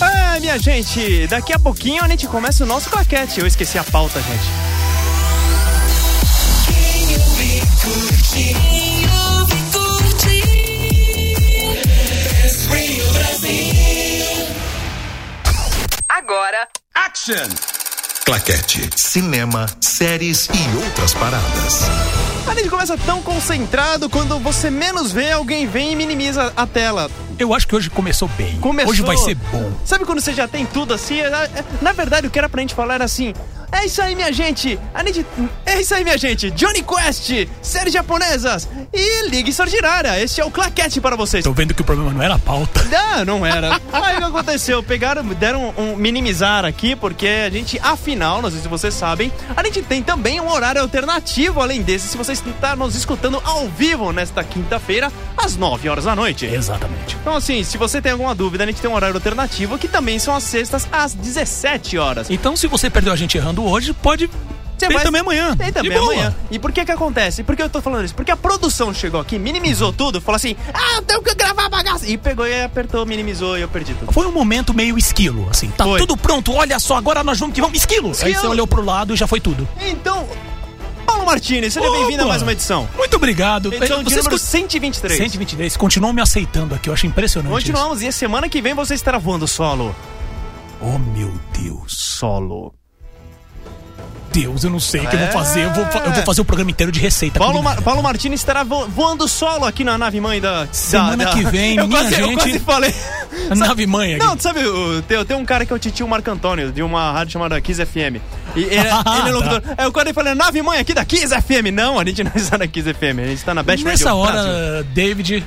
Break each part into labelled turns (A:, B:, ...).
A: Olha, Ah, gente, daqui a pouquinho a gente começa o nosso claquete. Eu esqueci a pauta, gente.
B: Quem ouve, curte. Dance Rio Brasil.
C: Agora,
D: Claquete, cinema, séries e outras paradas.
A: A gente começa tão concentrado quando você menos vê, alguém vem e minimiza a tela.
E: Eu acho que hoje começou bem.
A: Começou.
E: Hoje vai ser bom.
A: Sabe quando você já tem tudo assim? É- é- Na verdade, o que era pra gente falar era assim. É isso aí, minha gente! A gente... É isso aí, minha gente! Johnny Quest, séries japonesas e Ligue Sorgirara. Esse é o claquete para vocês.
E: Tô vendo que o problema não era a pauta.
A: Não, não era. Aí o que aconteceu? Pegaram, deram um, minimizar aqui, porque a gente, afinal, não sei se vocês sabem, a gente tem também um horário alternativo além desse, se você está nos escutando ao vivo nesta quinta-feira, às 9 horas da noite.
E: Exatamente.
A: Então, assim, se você tem alguma dúvida, a gente tem um horário alternativo, que também são as sextas às 17 horas.
E: Então, se você perdeu a gente errando hoje, pode.
A: Você
E: tem
A: vai-
E: também amanhã.
A: Tem também
E: De boa.
A: amanhã. E por que que acontece? Por que eu tô falando isso? Porque a produção chegou aqui, minimizou tudo, falou assim, ah, eu tenho que gravar bagaça. E pegou e apertou, minimizou e eu perdi tudo.
E: Foi um momento meio esquilo, assim. Tá
A: Foi.
E: tudo pronto, olha só, agora nós vamos que vamos. Esquilo! Aí
A: Esquilo.
E: você olhou pro lado e já foi tudo.
A: Então, Paulo Martini, seja
E: Opa!
A: bem-vindo a mais uma edição.
E: Muito obrigado.
A: Edição de
E: Vocês
A: é número
E: cont-
A: 123.
E: 123, continuam me aceitando aqui, eu acho impressionante.
A: Continuamos e a semana que vem você estará voando solo.
E: isso. Oh, meu Deus.
A: Solo.
E: Deus, eu não sei o que eu
A: É.
E: vou fazer. Eu vou, fa- eu vou fazer o programa inteiro de receita.
A: Paulo,
E: culinária.
A: Mar Paulo Martini estará vo- voando solo aqui na nave mãe da.
E: Semana
A: da- da-
E: que vem,
A: eu
E: minha
A: quase, Eu
E: gente.
A: quase falei.
E: A nave mãe aqui.
A: Não, tu sabe, o- tem, tem um cara que é o Titio Marco Antônio, de uma rádio chamada Kiss FM. E ele, ele é locutor. Aí eu quase falei, nave mãe aqui da Kiss FM. Não, a gente não está na Kiss FM, a gente está na Best
E: Nessa
A: Radio
E: hora, é.
A: Brasil.
E: David.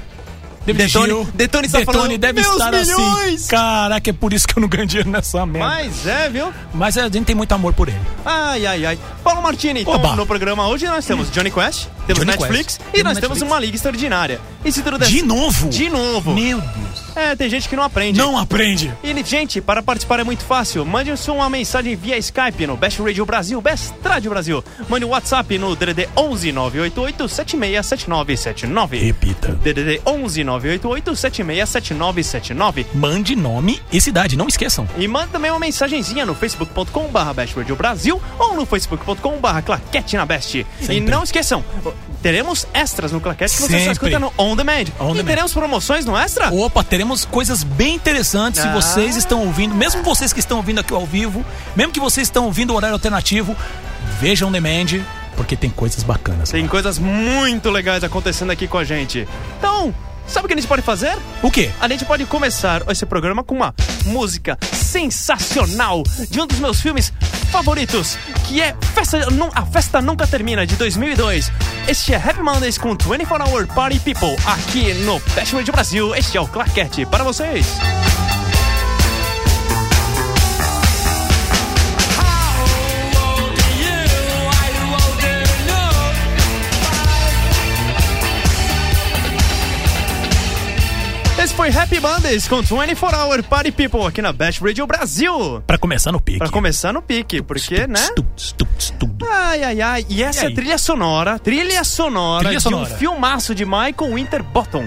E: David
A: Detone-
E: Gil,
A: Detone está falando,
E: deve
A: "Meus
E: estar
A: milhões!"
E: assim. Caraca, é por isso que eu não ganho dinheiro nessa merda. Mas,
A: Mas é, viu?
E: a gente tem muito amor por ele.
A: Ai, ai, ai. Paulo Martini, então
E: Oba.
A: no programa hoje nós temos Johnny Quest, temos
E: Johnny
A: Netflix
E: Quest.
A: e
E: Temos
A: nós temos
E: Netflix.
A: uma liga extraordinária. E se tudo der
E: De novo?
A: De novo.
E: Meu Deus.
A: É, tem gente que não aprende.
E: Não aprende.
A: E, gente, para participar é muito fácil. Mande só uma mensagem via Skype no Best Radio Brasil, Best Rádio Brasil. Mande um WhatsApp no DDD 11 988 767979.
E: Repita.
A: DDD 11 988 767979.
E: Mande nome e cidade, não esqueçam.
A: E manda também uma mensagenzinha no facebook.com.br Brasil ou no facebook.com.br Claquete na Best. E
E: Sempre.
A: não esqueçam, teremos extras no Claquete que você está
E: Sempre.
A: escutando on demand. e
E: On demand.
A: teremos promoções no extra?
E: Opa, teremos coisas bem interessantes se
A: Ah.
E: vocês estão ouvindo, mesmo vocês que estão ouvindo aqui ao vivo, mesmo que vocês estão ouvindo o horário alternativo, vejam Demand, porque tem coisas bacanas.
A: Tem
E: lá.
A: coisas muito legais acontecendo aqui com a gente. Então, sabe o que a gente pode fazer?
E: O quê?
A: A gente pode começar esse programa com uma música sensacional de um dos meus filmes favoritos, que é Festa, Nu- A Festa Nunca Termina, de 2002. Este é Happy Mondays com 24 Hour Party People, aqui no Best Radio Brasil. Este é o Claquete para vocês. Esse foi Happy Mondays com 24 Hour Party People, aqui na Best Radio Brasil.
E: Pra começar no pique.
A: Pra começar no pique, porque, né?
E: Tuts, tuts, tudo.
A: Ai, ai, ai. E essa
E: E
A: é
E: aí?
A: a trilha sonora, trilha sonora
E: Trilha
A: de um
E: sonora.
A: filmaço de Michael Winterbottom.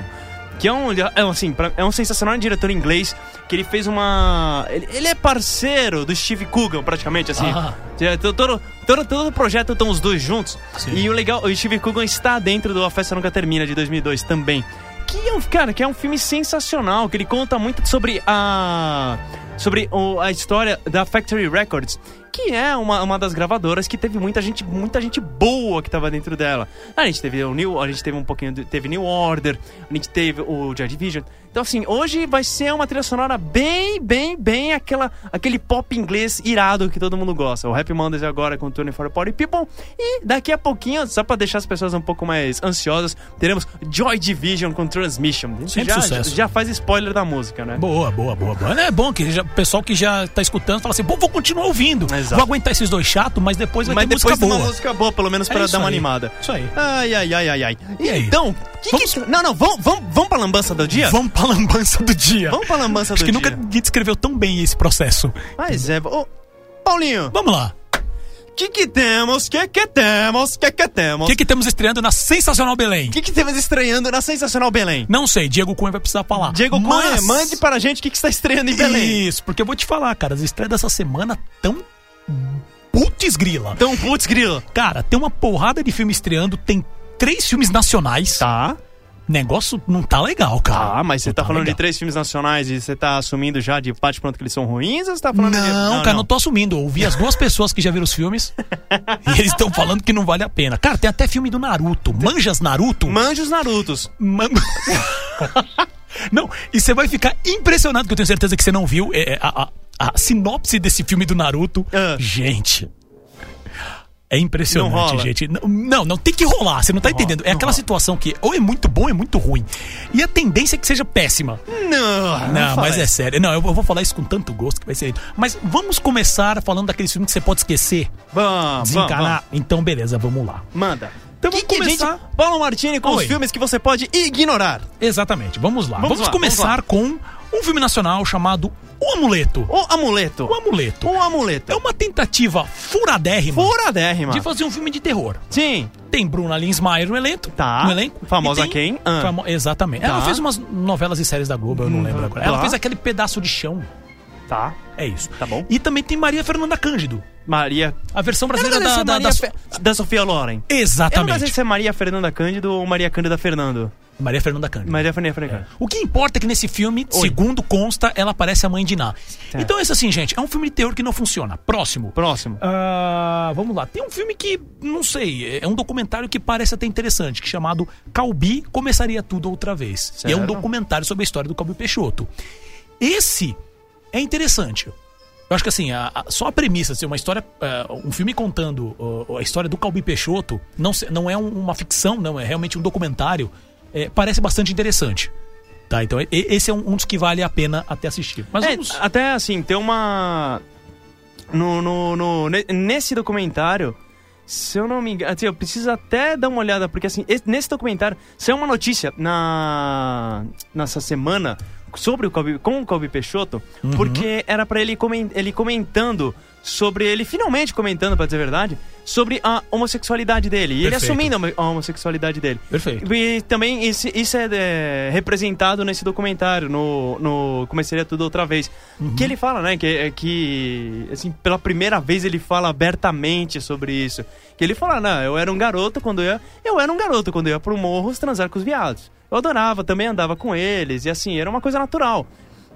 A: Que é um, é um, assim, pra- é um sensacional diretor inglês que ele fez uma. Ele, ele é parceiro do Steve Coogan, praticamente, assim.
E: Ah.
A: É, to- Todo, todo, todo o projeto estão os dois juntos.
E: Sim.
A: E o legal, o Steve Coogan está dentro do A Festa Nunca Termina de 2002 também. Que é um, cara, que é um filme sensacional, que ele conta muito sobre a sobre o- a história da Factory Records, que é uma, uma das gravadoras que teve muita gente, muita gente boa que tava dentro dela. A gente teve o New, a gente teve um pouquinho, de- teve New Order, a gente teve o Joy Division. Então assim, hoje vai ser uma trilha sonora bem, bem, bem aquela aquele pop inglês irado que todo mundo gosta. O Happy Mondays é agora com 24 Party People e daqui a pouquinho, só pra deixar as pessoas um pouco mais ansiosas, teremos Joy Division com Transmission. A gente
E: Sempre
A: já,
E: sucesso.
A: já faz spoiler da música, né?
E: Boa, boa, boa, boa. É bom que já- o pessoal que já tá escutando fala assim: bom, vou continuar ouvindo.
A: Exato.
E: Vou aguentar esses dois chatos, mas depois vai
A: Mas
E: ter
A: depois de
E: música
A: uma
E: boa.
A: música boa, pelo menos,
E: É
A: pra
E: isso
A: dar uma
E: aí.
A: animada.
E: Isso aí.
A: Ai, ai, ai, ai, ai.
E: E aí?
A: Então, que
E: Vamos-
A: que- não, não, vamos, vamos, vamos pra lambança do dia?
E: Vamos pra lambança do dia.
A: Vamos pra lambança
E: Acho
A: do
E: que
A: dia.
E: nunca descreveu tão bem esse processo.
A: Mas é. Ô, Paulinho,
E: Vamos lá.
A: Que que temos? Que que temos? Que que
E: O
A: temos?
E: que, que temos estreando na Sensacional Belém?
A: que, que temos estreando na Sensacional Belém?
E: Não sei, Diego Cunha vai precisar falar.
A: Diego Cunha,
E: Mas-
A: mande para a gente o que, que está estreando em Belém.
E: Isso, porque eu vou te falar, cara, as estreias dessa semana tão putz grila.
A: Então, putz, grilo.
E: Cara, tem uma porrada de filme estreando, tem três filmes nacionais.
A: Tá,
E: Negócio não tá legal, cara.
A: tá, mas você
E: Não
A: tá falando de
E: legal.
A: três filmes nacionais e você tá assumindo já de parte pronto que eles são ruins ou você tá falando de...
E: Não, cara, não tô assumindo. Eu ouvi as duas pessoas que já viram os filmes e eles estão falando que não vale a pena. Cara, tem até filme do Naruto. Manjas Naruto?
A: Manja os Narutos.
E: Man- não, e você vai ficar impressionado, que eu tenho certeza que você não viu é, é, a, a- a sinopse desse filme do Naruto.
A: Ah.
E: Gente. É
A: Não
E: impressionante,
A: rola.
E: gente. N- Não, não, tem que rolar, você não tá entendendo. É aquela situação que ou é muito bom ou é muito ruim. E a tendência é que seja péssima.
A: Não,
E: Não, mas
A: fala
E: é
A: isso.
E: sério. Não, eu vou eu vou falar isso com tanto gosto que vai ser. Mas vamos começar falando daqueles filmes que você pode esquecer,
A: Ah, Vamos, vamos,
E: desencanar.
A: vamos.
E: Então, beleza, vamos lá.
A: Manda.
E: Então
A: que
E: vamos
A: que a
E: começar-
A: gente- Paulo Martini com
E: Oi.
A: os filmes que você pode ignorar.
E: Exatamente, vamos lá.
A: Vamos
E: Vamos,
A: lá,
E: começar com um filme nacional chamado O Amuleto.
A: O amuleto.
E: O Amuleto
A: O amuleto.
E: é uma tentativa furadérrima
A: Pura dérrima.
E: de fazer um filme de terror.
A: Sim.
E: Tem Bruna Linsmeyer no elenco.
A: Tá.
E: No elenco.
A: Famosa
E: E tem-
A: quem? Ah.
E: famo- Exatamente. Ela
A: Tá.
E: fez umas novelas e séries da Globo, eu não lembro agora. Ela
A: tá.
E: fez aquele pedaço de chão.
A: Tá.
E: É isso.
A: Tá bom.
E: E também tem Maria Fernanda Cândido.
A: Maria.
E: A versão brasileira
A: Ela deve
E: da,
A: ser
E: da,
A: Maria
E: da-
A: Fe- da Sofia Loren. Eu não sei
E: Exatamente.
A: se é Maria Fernanda Cândido ou Maria Cândida Fernando.
E: Maria Fernanda Cândido.
A: Maria Fernanda Fernanda.
E: O que importa é que nesse filme,
A: Oi.
E: segundo consta, ela parece a mãe de Ná.
A: Tá.
E: Então é isso assim, gente. É um filme de terror que não funciona. Próximo.
A: Próximo.
E: É. Ah, vamos lá. Tem um filme que, não sei, é um documentário que parece até interessante, que é chamado Calbi Começaria Tudo Outra Vez. E é um
A: Certo.
E: documentário sobre a história do Calbi Peixoto. Esse é interessante. Eu acho que assim, a- a- só a premissa, assim, uma história. ah, um filme contando ah, a história do Calbi Peixoto, não, se- não é um- uma ficção, não, é realmente um documentário. eh, parece bastante interessante. Tá, então e- esse é um, um dos que vale a pena até assistir. Mas
A: É,
E: vamos.
A: até assim, tem uma. No, no, no- ne- nesse documentário, se eu não me engano. assim, eu preciso até dar uma olhada, porque assim, esse- nesse documentário, saiu uma notícia na. nessa semana sobre o Kobe, com o Kobe Peixoto,
E: Uhum.
A: porque era pra ele, comen- ele comentando sobre. Ele finalmente comentando, pra dizer a verdade, sobre a homossexualidade dele. E ele
E: Perfeito.
A: assumindo a homo- a homossexualidade dele.
E: Perfeito.
A: E também isso, isso é, é, representado nesse documentário, no, no Começaria Tudo Outra Vez. Que ele fala, né? Que, é que, assim, pela primeira vez ele fala abertamente sobre isso. Que ele fala, não, eu era um garoto quando eu ia... Eu era um garoto quando eu ia pro morros transar com os viados. Eu adorava, também andava com eles, e assim, era uma coisa natural.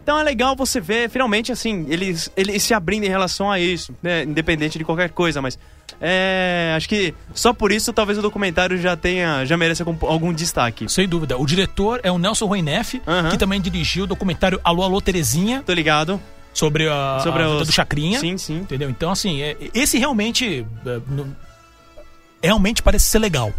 A: Então é legal você ver, finalmente, assim, eles, eles se abrindo em relação a isso, né? Independente de qualquer coisa, mas. É. Acho que só por isso talvez o documentário já tenha. já mereça com- algum destaque.
E: Sem dúvida. O diretor é o Nelson Roineff,
A: Aham.
E: que também dirigiu o documentário Alô Alô Terezinha
A: Tô ligado?
E: sobre a,
A: Sobre
E: a
A: os-
E: vida do Chacrinha.
A: Sim, sim.
E: Entendeu? Então, assim, é- esse realmente. é, não- realmente parece ser legal.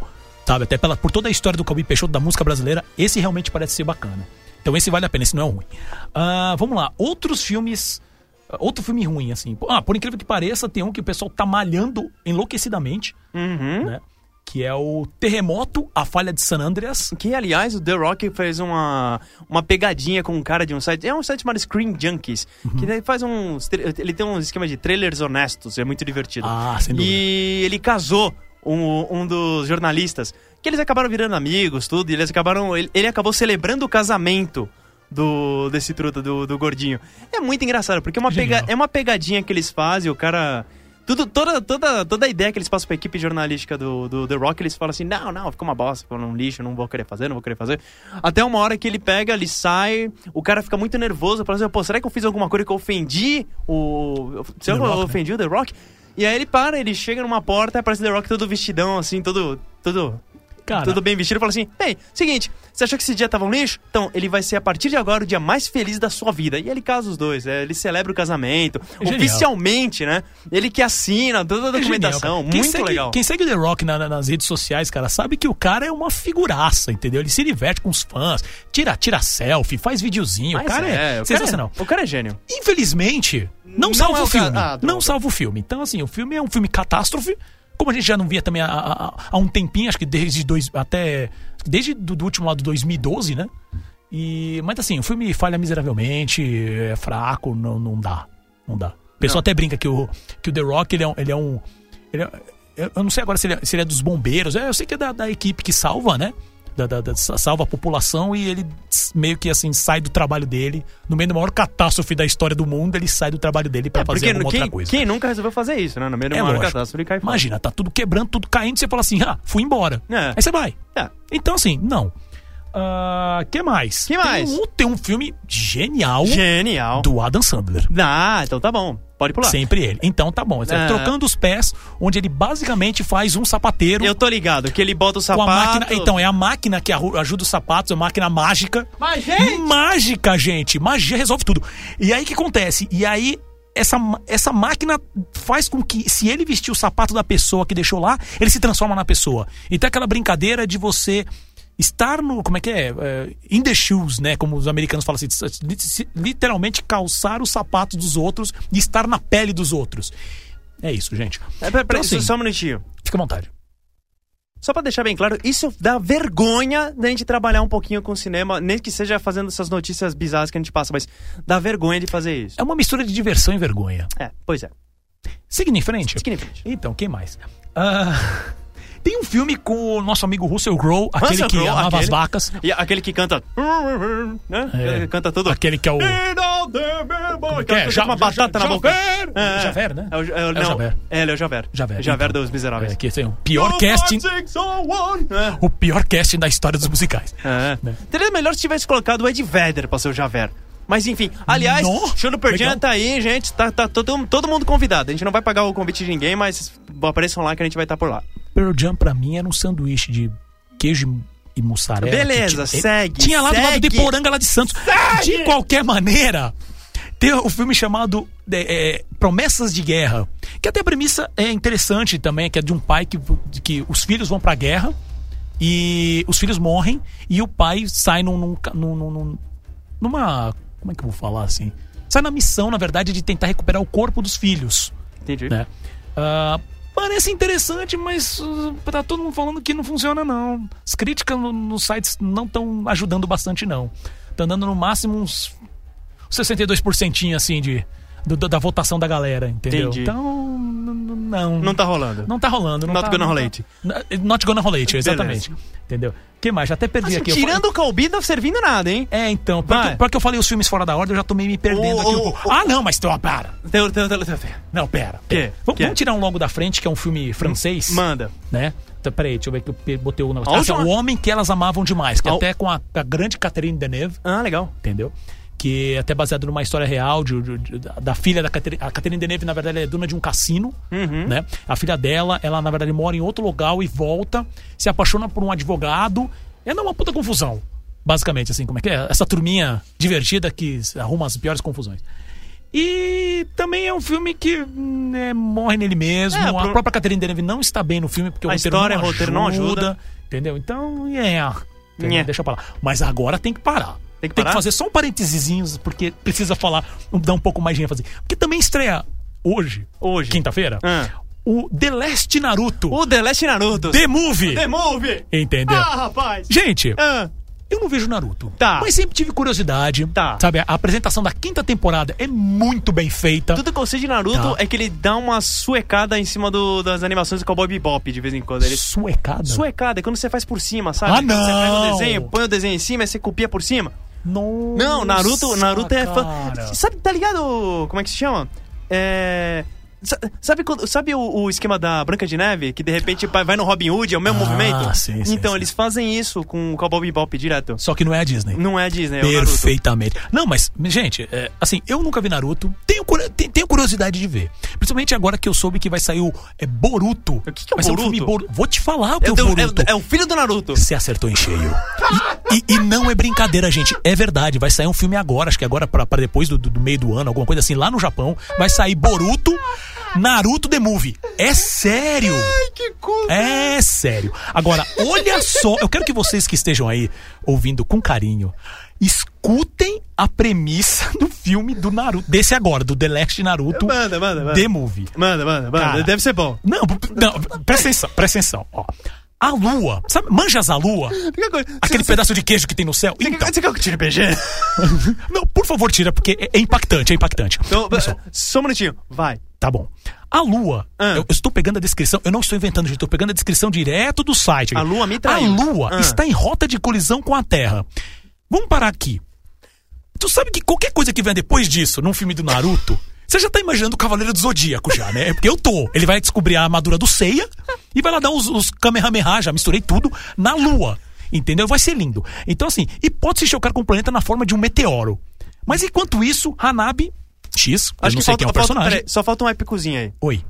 E: Sabe? Até pela, por toda a história do Calbi Peixoto, da música brasileira, esse realmente parece ser bacana. Então esse vale a pena, esse não é ruim. Ah, vamos lá, outros filmes. ah, Outro filme ruim, assim. Ah, por incrível que pareça, tem um que o pessoal tá malhando enlouquecidamente,
A: Uhum.
E: né? Que é o Terremoto, a Falha de San Andreas.
A: Que, aliás, o The Rock fez uma, uma pegadinha com um cara de um site. É um site chamado Screen Junkies.
E: Uhum.
A: Que daí faz uns. tra- Ele tem um esquema de trailers honestos. É muito divertido.
E: Ah, sem dúvida.
A: E ele casou um, um dos jornalistas. Que eles acabaram virando amigos, tudo. E eles acabaram. Ele, ele acabou celebrando o casamento. Do, desse truta, do, do gordinho. É muito engraçado, porque é uma, pega,
E: Genial.
A: é uma pegadinha que eles fazem, o cara. Tudo, toda, toda, toda a ideia que eles passam pra equipe jornalística do, do The Rock, eles falam assim: não, não, ficou uma bosta, ficou um lixo, não vou querer fazer, não vou querer fazer. Até uma hora que ele pega, ele sai, o cara fica muito nervoso, fala assim: pô, será que eu fiz alguma coisa que eu ofendi o. Será
E: The
A: que eu
E: Rock, né?
A: ofendi o The Rock? E aí ele para, ele chega numa porta, aparece o The Rock todo vestidão, assim, todo. todo
E: Cara,
A: tudo bem vestido, fala assim: Ei, seguinte, você achou que esse dia tava um lixo? Então, ele vai ser a partir de agora o dia mais feliz da sua vida. E ele casa os dois, é, ele celebra o casamento,
E: É Genial.
A: oficialmente, né? Ele que assina toda a
E: É genial,
A: documentação,
E: cara.
A: muito
E: segue,
A: legal.
E: Quem segue o The Rock na- na- nas redes sociais, cara, sabe que o cara é uma figuraça, entendeu? Ele se diverte com os fãs, tira, tira selfie, faz videozinho.
A: Mas
E: o cara é,
A: o cara
E: sensacional.
A: o cara é gênio.
E: Infelizmente, não,
A: Não
E: salva
A: é
E: o
A: o cara-
E: filme.
A: Ah, droga.
E: não salva o filme. Então, assim, o filme é um filme catástrofe. Como a gente já não via também há, há- há um tempinho, acho que desde dois, até. Desde do, do último lado 2012, né? E, mas assim, o filme falha miseravelmente, é fraco, não, não dá. Não dá. O pessoal até brinca que o, que o The Rock ele é, um, ele é um. Ele é- eu eu não sei agora se ele é, se ele é dos bombeiros. é, Eu sei que é da, da equipe que salva, né? Da, da- da- salva a população e ele s- meio que assim sai do trabalho dele. No meio da maior catástrofe da história do mundo, ele sai do trabalho dele pra fazer
A: É, Porque
E: alguma outra
A: quem,
E: coisa.
A: quem nunca resolveu fazer isso, né? No meio de
E: É
A: uma hora
E: lógico.
A: catástrofe, ele cai fora.
E: Imagina, tá tudo quebrando, tudo caindo, você fala assim, ah, fui embora.
A: É.
E: Aí você vai.
A: É.
E: Então, assim, não. Ah, que mais?
A: Que mais?
E: Tem um, tem um filme genial
A: Genial.
E: um do Adam Sandler.
A: Ah, então tá bom. Pode pular.
E: Sempre ele. Então tá bom.
A: É.
E: Trocando os pés, onde ele basicamente faz um sapateiro
A: Eu tô ligado, que ele bota o
E: com a
A: sapato.
E: máquina. Então, é a máquina que arru- ajuda os sapatos, é uma máquina mágica.
A: Mas, gente!
E: Mágica, gente! Magia resolve tudo. E aí o que acontece? E aí. Essa, ma- essa máquina faz com que, se ele vestir o sapato da pessoa que deixou lá, ele se transforma na pessoa. E tem aquela brincadeira de você estar no. Como é que é? É, in the shoes, né? Como os americanos falam assim. li- se- Literalmente calçar os sapatos dos outros e estar na pele dos outros. É isso, gente.
A: É, pera- pera-
E: Então, assim,
A: só um minutinho.
E: Fica à vontade.
A: Só pra deixar bem claro, isso dá vergonha da gente trabalhar um pouquinho com o cinema, nem que seja fazendo essas notícias bizarras que a gente passa, mas dá vergonha de fazer isso.
E: É uma mistura de diversão e vergonha.
A: É, pois é.
E: Seguindo em frente.
A: Seguindo em frente.
E: Então, quem mais? Ah, tem um filme com o nosso amigo Russell Crowe, aquele
A: Russell
E: que
A: Crowe,
E: amava
A: aquele.
E: as vacas.
A: E aquele que canta. Né? Ele Canta tudo.
E: Aquele que é o.
A: Feed all the people.
E: que é?
A: Canta
E: Ja-
A: uma batata
E: Ja-
A: na boca.
E: Javert.
A: É, é.
E: Javert, né?
A: É o, é o, não,
E: Javert.
A: É, ele é o Javert.
E: Javert, então.
A: dos Miseráveis.
E: é, que tem o pior casting.
A: É.
E: O pior casting da história dos musicais.
A: É. Seria melhor se tivesse colocado o Ed Vedder pra ser o Javert. Mas enfim, aliás,
E: Nó,
A: show do Perdinha
E: legal.
A: tá aí, gente. Tá, tá todo, todo mundo convidado. A gente não vai pagar o convite de ninguém, mas apareçam lá que a gente vai estar por lá.
E: Pearl Jam, pra mim, era um sanduíche de queijo e mussarela.
A: Beleza,
E: Que ti-
A: segue,
E: Tinha lá do lado de
A: segue.
E: Poranga, lá de Santos. De qualquer maneira, tem o filme chamado é, é, Promessas de Guerra. Que até a premissa é interessante também, que é de um pai que, que os filhos vão pra guerra e os filhos morrem e o pai sai num- num ca- num- num- num, numa. Como é que eu vou falar assim? Sai na missão, na verdade, de tentar recuperar o corpo dos filhos
A: Entendi.
E: né? Ah, parece interessante, mas uh, tá todo mundo falando que não funciona, não. As críticas no- nos sites não estão ajudando bastante, não. Tá dando no máximo uns 62% assim de, do- do- da votação da galera, entendeu?
A: Entendi.
E: Então, n- n- não.
A: Não tá rolando.
E: Não tá rolando. Não
A: Not
E: tá,
A: gonna
E: não
A: relate.
E: Tá, N- not gonna relate, exatamente. Entendeu? que mais? Já até perdi
A: Assim,
E: aqui. Eu fa-
A: tirando o Calbi, não tá servindo nada, hein?
E: É, então. Porque,
A: Vai.
E: porque eu falei os filmes fora da ordem, eu já tomei me perdendo
A: Ô,
E: aqui. um
A: ô,
E: pouco.
A: ô.
E: Ah, não, mas... Tô, para.
A: É, Tem- tem- tem- tem- tem.
E: Não, pera.
A: Quê?
E: pera. Vamos-
A: Quê?
E: Vamos tirar um logo da frente, que é um filme francês.
A: Manda.
E: Né? Então, peraí, deixa eu ver que eu pe- botei o
A: A
E: negócio. Ah, assim,
A: última-
E: o Homem que Elas Amavam Demais, que
A: A-
E: até com a, a grande Catherine Deneuve,
A: Ah, legal.
E: entendeu? Que é até baseado numa história real de- de- de- da- da filha da Catherine. A Catherine Deneuve, na verdade, ela é dona de um cassino,
A: Uhum.
E: né? A filha dela, ela, na verdade, mora em outro lugar e volta, se apaixona por um advogado. É não, uma puta confusão, basicamente, assim, como é que é? Essa turminha divertida que arruma as piores confusões. E também é um filme que hum, é, morre nele mesmo.
A: É,
E: a
A: pro-
E: própria Catherine Deneuve não está bem no filme, porque o
A: A
E: roteiro
A: história,
E: não
A: o roteiro não ajuda.
E: Entendeu? Então, é. Entendeu?
A: Nhé.
E: Deixa pra lá. Mas agora tem que parar.
A: Tem que parar?
E: fazer só um parênteses, porque precisa falar, um- dar um pouco mais de ênfase. Porque também estreia hoje,
A: Hoje.
E: quinta-feira,
A: Ah.
E: o The Last Naruto,
A: O The Last Naruto.
E: The Movie.
A: The Move!
E: Entendeu?
A: Ah, rapaz!
E: Gente,
A: Ah,
E: eu não vejo Naruto.
A: Tá.
E: Mas sempre tive curiosidade.
A: Tá.
E: Sabe, a apresentação da quinta temporada é muito bem feita.
A: tudo que eu sei de Naruto
E: Tá.
A: é que ele dá uma suecada em cima do- das animações do Cowboy Bebop de vez em quando. Ele
E: Suecada.
A: Suecada, é quando você faz por cima, sabe?
E: Ah,
A: Quando Você faz o
E: não!
A: desenho, põe o desenho em cima e você copia por cima.
E: Nossa,
A: Não, Naruto, Naruto é fã.
E: cara.
A: Sabe, tá ligado? Como é que se chama? É. sa- Sabe, quando- sabe o, o esquema da Branca de Neve? Que de repente vai vai no Robin Hood, é o mesmo
E: Ah,
A: movimento?
E: sim, sim,
A: então,
E: sim.
A: eles fazem isso com o Cowboy Bebop direto.
E: Só que não é a Disney.
A: Não é a Disney, é o Naruto.
E: Perfeitamente. Não, mas, gente, é, assim, eu nunca vi Naruto. Tenho, curi- te- tenho curiosidade de ver. Principalmente agora que eu soube que vai sair o é, Boruto.
A: O que que é o
E: Vai ser um filme
A: Boruto?
E: Boru- Vou te falar o que
A: É
E: é, o
A: do-
E: Boruto.
A: é- é o filho do Naruto.
E: Você acertou em cheio. E, e- e não é brincadeira, gente. É verdade. Vai sair um filme agora, acho que agora pra, pra depois do, do- do meio do ano, alguma coisa assim, lá no Japão. Vai sair Boruto, Naruto The Movie. É sério.
A: Que cu...
E: É sério. Agora, olha só, eu quero que vocês que estejam aí ouvindo com carinho, escutem a premissa do filme do Naruto, desse agora, do The Last Naruto
A: Manda, manda, manda.
E: The Movie.
A: Manda, manda, manda.
E: Cara.
A: Deve ser bom.
E: Não, não, presta atenção, presta atenção, ó. A lua, sabe, manjas a lua?
A: Fica com- Você-
E: Aquele
A: você-
E: pedaço de queijo que tem no céu? Então,
A: Você quer que eu tire PG?
E: não, por favor, tira, porque é, é impactante, é impactante.
A: Então,
E: Olha só.
A: só um minutinho. Vai.
E: Tá bom. A Lua,
A: Ah.
E: eu, eu estou pegando a descrição, eu não estou inventando, gente, estou pegando a descrição direto do site.
A: A Lua me traiu.
E: A Lua
A: Ah.
E: está em rota de colisão com a Terra. Vamos parar aqui. Tu sabe que qualquer coisa que vem depois disso, num filme do Naruto, você já tá imaginando o Cavaleiro do Zodíaco já, né? É porque eu tô. Ele vai descobrir a armadura do Seiya e vai lá dar os, os Kamehameha, já misturei tudo, na Lua. Entendeu? Vai ser lindo. Então, assim, e pode se chocar com o planeta na forma de um meteoro. Mas enquanto isso, Hanabi X, eu não sei quem é o personagem.
A: peraí, só falta um épicozinho aí.
E: Oi.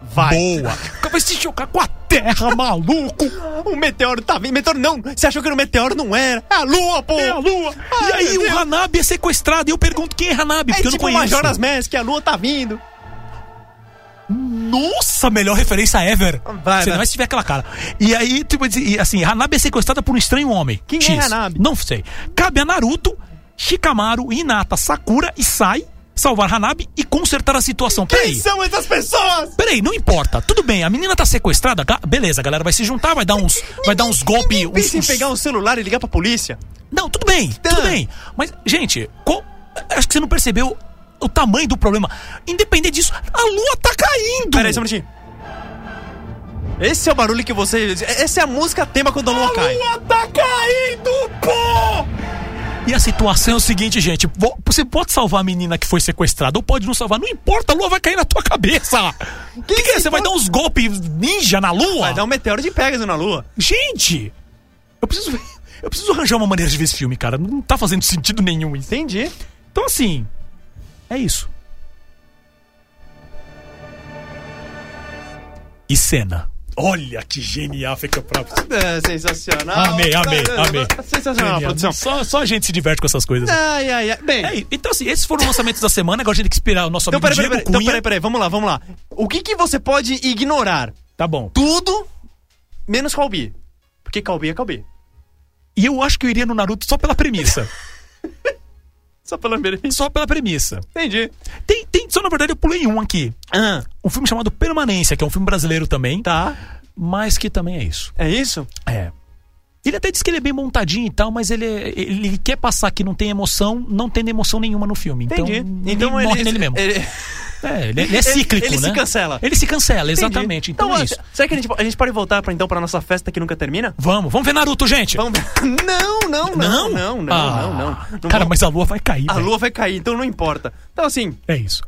A: Vai.
E: Boa. Vai se chocar com a Terra, maluco.
A: O meteoro tá vindo. Meteoro não. Você achou que era um meteoro? Não era. É a lua, pô.
E: É a Lua.
A: Ai,
E: e aí
A: meu
E: o
A: Deus.
E: Hanabi é sequestrado e eu pergunto quem é Hanabi,
A: É
E: porque eu não
A: tipo
E: conheço.
A: Majoras Mask, que a lua tá vindo.
E: Nossa, melhor referência ever.
A: Vai,
E: Você
A: vai.
E: não vai se tiver aquela cara. E aí, tipo, e assim, Hanabi é sequestrada por um estranho homem.
A: Quem é
E: X.
A: Hanabi?
E: Não sei. Cabe a Naruto, Shikamaru, Hinata, Sakura e Sai salvar Hanabi e consertar a situação.
A: Quem
E: Peraí.
A: são essas pessoas?
E: Peraí, não importa. Tudo bem, a menina tá sequestrada. ga- Beleza, a galera vai se juntar, vai dar uns, vai dar uns golpes. uns-
A: Pensa em
E: uns-
A: pegar um celular e ligar pra polícia.
E: Não, tudo bem,
A: Tá.
E: tudo bem. Mas, gente, qual- acho que você não percebeu o tamanho do problema. Independente disso, a lua tá caindo.
A: Peraí, só um minutinho. Esse é o barulho que você. Essa é a música tema quando a lua cai.
E: tá caindo, pô! E a situação é o seguinte, gente. vo- Você pode salvar a menina que foi sequestrada ou pode não salvar. Não importa, a lua vai cair na tua cabeça. O que, que é?
A: se
E: Você vai dar uns golpes ninja na lua?
A: Vai dar um meteoro de Pegasus na lua.
E: Gente! Eu preciso ver- Eu preciso arranjar uma maneira de ver esse filme, cara. Não tá fazendo sentido nenhum isso.
A: Entendi.
E: Então, assim, é isso. E cena. Olha que genial fica pra você.
A: É, sensacional.
E: Amei, amei,
A: Ah,
E: amei.
A: Sensacional a produção.
E: Só, só a gente se diverte com essas coisas.
A: Ai, ai, ai. Bem,
E: É, então, assim, esses foram os lançamentos da semana. Agora a gente tem que esperar o nosso
A: então
E: amigo
A: peraí, peraí,
E: Diego
A: peraí,
E: Cunha.
A: então peraí, peraí, vamos lá, vamos lá. O que que você pode ignorar?
E: Tá bom.
A: Tudo menos Calbi. Porque Calbi é Calbi.
E: E eu acho que eu iria no Naruto só pela premissa.
A: Só pelo menos.
E: só pela premissa.
A: Entendi.
E: Tem, tem, só na verdade eu pulei um aqui.
A: Ah,
E: Um filme chamado Permanência, que é um filme brasileiro também.
A: tá.
E: Mas que também é isso.
A: É isso?
E: É. Ele até diz que ele é bem montadinho e tal, mas ele, ele quer passar que não tem emoção, não tendo emoção nenhuma no filme. Então,
A: Entendi.
E: ele morre nele mesmo.
A: ele-
E: é, ele, ele é cíclico,
A: ele
E: né?
A: se cancela.
E: Ele se cancela,
A: Entendi.
E: exatamente. Então, é isso.
A: Será que a gente, a gente pode voltar pra, então pra nossa festa que nunca termina?
E: Vamos, vamos ver Naruto, gente.
A: Vamos ver. Não, não, não. Não, não,
E: Ah,
A: não, não. Não
E: Cara,
A: vou-
E: mas a lua vai cair.
A: A
E: velho.
A: lua vai cair, então não importa. Então assim,
E: É isso.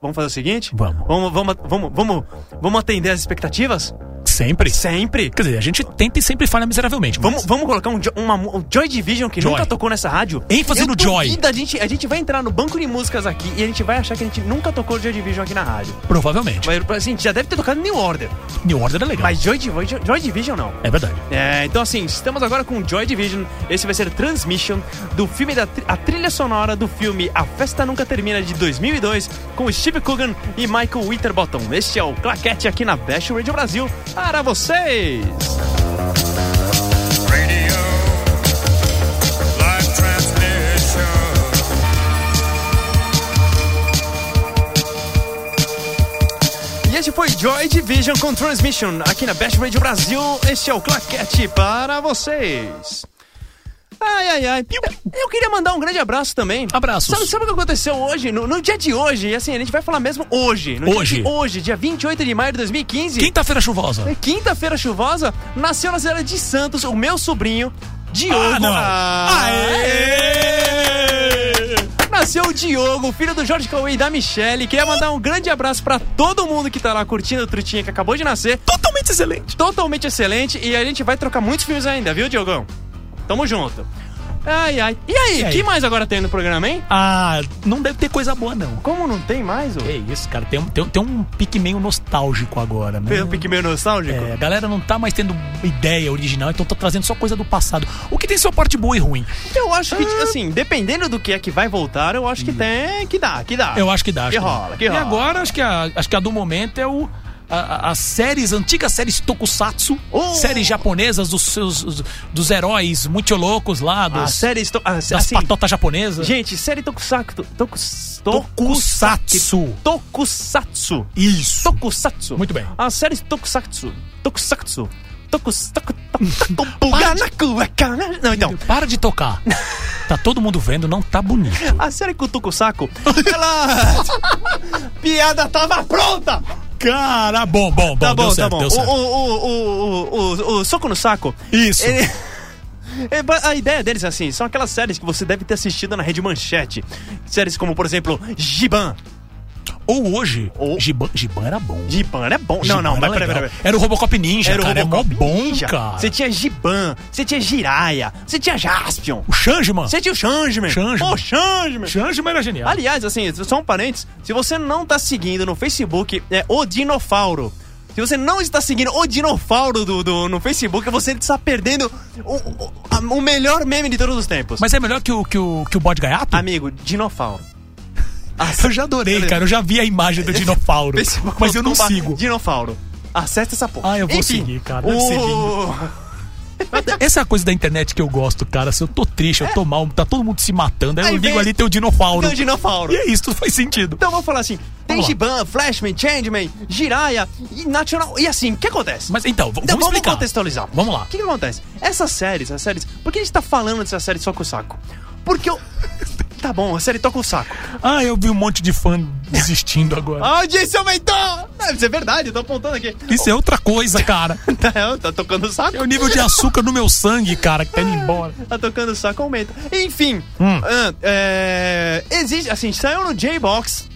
A: vamos fazer o seguinte?
E: Vamos.
A: Vamos, vamos, vamos, vamos, vamos atender as expectativas?
E: Sempre.
A: Sempre.
E: Quer dizer, a gente tenta e sempre falha miseravelmente. mas-
A: Vamos, vamos colocar um, jo- uma, mu- um Joy Division que
E: Joy.
A: nunca tocou nessa rádio.
E: ênfase
A: Eu
E: no Joy.
A: duvido, A gente, a gente vai entrar no banco de músicas aqui e a gente vai achar que a gente nunca tocou Joy Division aqui na rádio.
E: Provavelmente.
A: Vai, assim, já deve ter tocado New Order,
E: New Order é legal.
A: mas Joy, Divi- Joy, Joy Division não.
E: É verdade.
A: É, então assim, estamos agora com Joy Division. Esse vai ser Transmission do filme da tri- a trilha sonora do filme A Festa Nunca Termina de 2002 com Steve Coogan e Michael Winterbottom. Este é o Claquete aqui na Best Radio Brasil para vocês.
C: Radio, live transmission.
A: E este foi Joy Division com Transmission aqui na Best Radio Brasil. Este é o Claquete para vocês. Ai, ai, ai. Eu, eu queria mandar um grande abraço também.
E: Abraços.
A: Sabe, sabe o que aconteceu hoje? No, no dia de hoje, e assim, a gente vai falar mesmo hoje. No
E: Hoje.
A: Dia de hoje, dia 28 de maio de 2015.
E: Quinta-feira chuvosa.
A: Quinta-feira chuvosa, nasceu na cidade de Santos o meu sobrinho, Diogo.
E: Ah, não.
A: Ah,
E: Aê!
A: Nasceu o Diogo, filho do Jorge Cauê e da Michelle. Queria mandar um grande abraço pra todo mundo que tá lá curtindo o Trutinha que acabou de nascer.
E: Totalmente excelente.
A: Totalmente excelente e a gente vai trocar muitos filmes ainda, viu, Diogão? Tamo junto. Ai, ai. E aí,
E: E aí?
A: que mais agora tem no programa, hein?
E: Ah, não deve ter coisa boa, não.
A: Como não tem mais, ô?
E: É isso, cara. Tem, um- tem, um- tem um pique meio nostálgico agora, né?
A: Fez um pique meio nostálgico?
E: É, a galera não tá mais tendo ideia original, então tá trazendo só coisa do passado. O que tem sua parte boa e ruim?
A: Eu acho que, assim, dependendo do que é que vai voltar, eu acho que tem, que dá, que dá.
E: Eu acho que dá. acho
A: Ah, Que rola,
E: que dá.
A: que rola.
E: E agora, acho que a, acho que a do momento é o. a- a- As séries, antigas séries Tokusatsu,
A: Oh!
E: séries japonesas dos seus dos- dos heróis muito loucos lá,
A: A
E: dos,
A: série... Esto... ah,
E: das
A: assim,
E: patotas japonesas.
A: gente, série Tokusatsu... Tokus...
E: Tokusatsu.
A: Tokusatsu.
E: Isso.
A: Tokusatsu.
E: Muito bem.
A: A série Tokusatsu. Tokusatsu. Tokusatsu. Tokusatsu. Não, então...
E: Para de tocar. Tá todo mundo vendo, não tá bonito.
A: A série Cutuca o Saco, ela... Piada tava pronta!
E: Cara, bom, bom, bom.
A: Tá bom,
E: deu certo,
A: tá bom.
E: deu
A: O,
E: certo.
A: o, o, o, o, o, o Soco no Saco...
E: Isso.
A: Ele- É, ba- A ideia deles é assim, são aquelas séries que você deve ter assistido na rede manchete. Séries como, por exemplo, Giban.
E: Ou hoje,
A: Ou-
E: Giban, Giban era bom.
A: Giban era bom. Não,
E: Giban
A: não,
E: era
A: mas peraí,
E: legal.
A: peraí. peraí.
E: Era o Robocop Ninja,
A: Era o
E: cara.
A: Robocop
E: é mó bom,
A: Ninja.
E: cara.
A: Você tinha Giban, você tinha Jiraya, você tinha Jaspion,
E: O Changeman.
A: você tinha o Changeman.
E: Changeman.
A: Ô, Changeman.
E: Changeman era genial.
A: Aliás, assim, só um parênteses. Se você não tá seguindo no Facebook, é o Dinofauro. Se você não está seguindo o Dinofauro do, do- no Facebook, você está perdendo o, o- a- o melhor meme de todos os tempos.
E: Mas é melhor que o, que o, que o bode gaiato?
A: Amigo, Dinofauro. ah,
E: Eu já adorei,
A: né?
E: cara. Eu já vi a imagem do dinofauro.
A: Facebook.com
E: mas eu não
A: barra
E: sigo.
A: Dinofauro. Acesse essa porra.
E: Ah, eu vou seguir, cara. Deve ser
A: O...
E: Essa é a coisa da internet que eu gosto, cara. Se eu tô triste, eu tô mal, tá todo mundo se matando. Aí,
A: É. Aí
E: eu ligo
A: vem-
E: ali tem o dinofauro.
A: Tem o dinofauro.
E: E é isso, tudo faz sentido.
A: Então vamos falar assim: tem
E: Vamos lá.
A: Giban, Flashman, Changeman, Jiraya e National. E assim, o que acontece?
E: Mas então, v-
A: Então,
E: vamos
A: vamos
E: explicar.
A: contextualizar.
E: Vamos lá.
A: O que, que acontece? Essas séries, as séries. Por que a gente tá falando dessa série Soco o Saco? Porque eu. Tá bom, a série toca o saco.
E: Ah, eu vi um monte de fã desistindo agora.
A: A audiência aumentou! É, Isso é verdade, eu tô apontando aqui.
E: Isso é outra coisa, cara.
A: Tá, tá tocando o saco.
E: É o nível de açúcar no meu sangue, cara, que tá indo embora.
A: Tá tocando o saco, aumenta. Enfim,
E: Hum.
A: ah, é, existe, assim, saiu no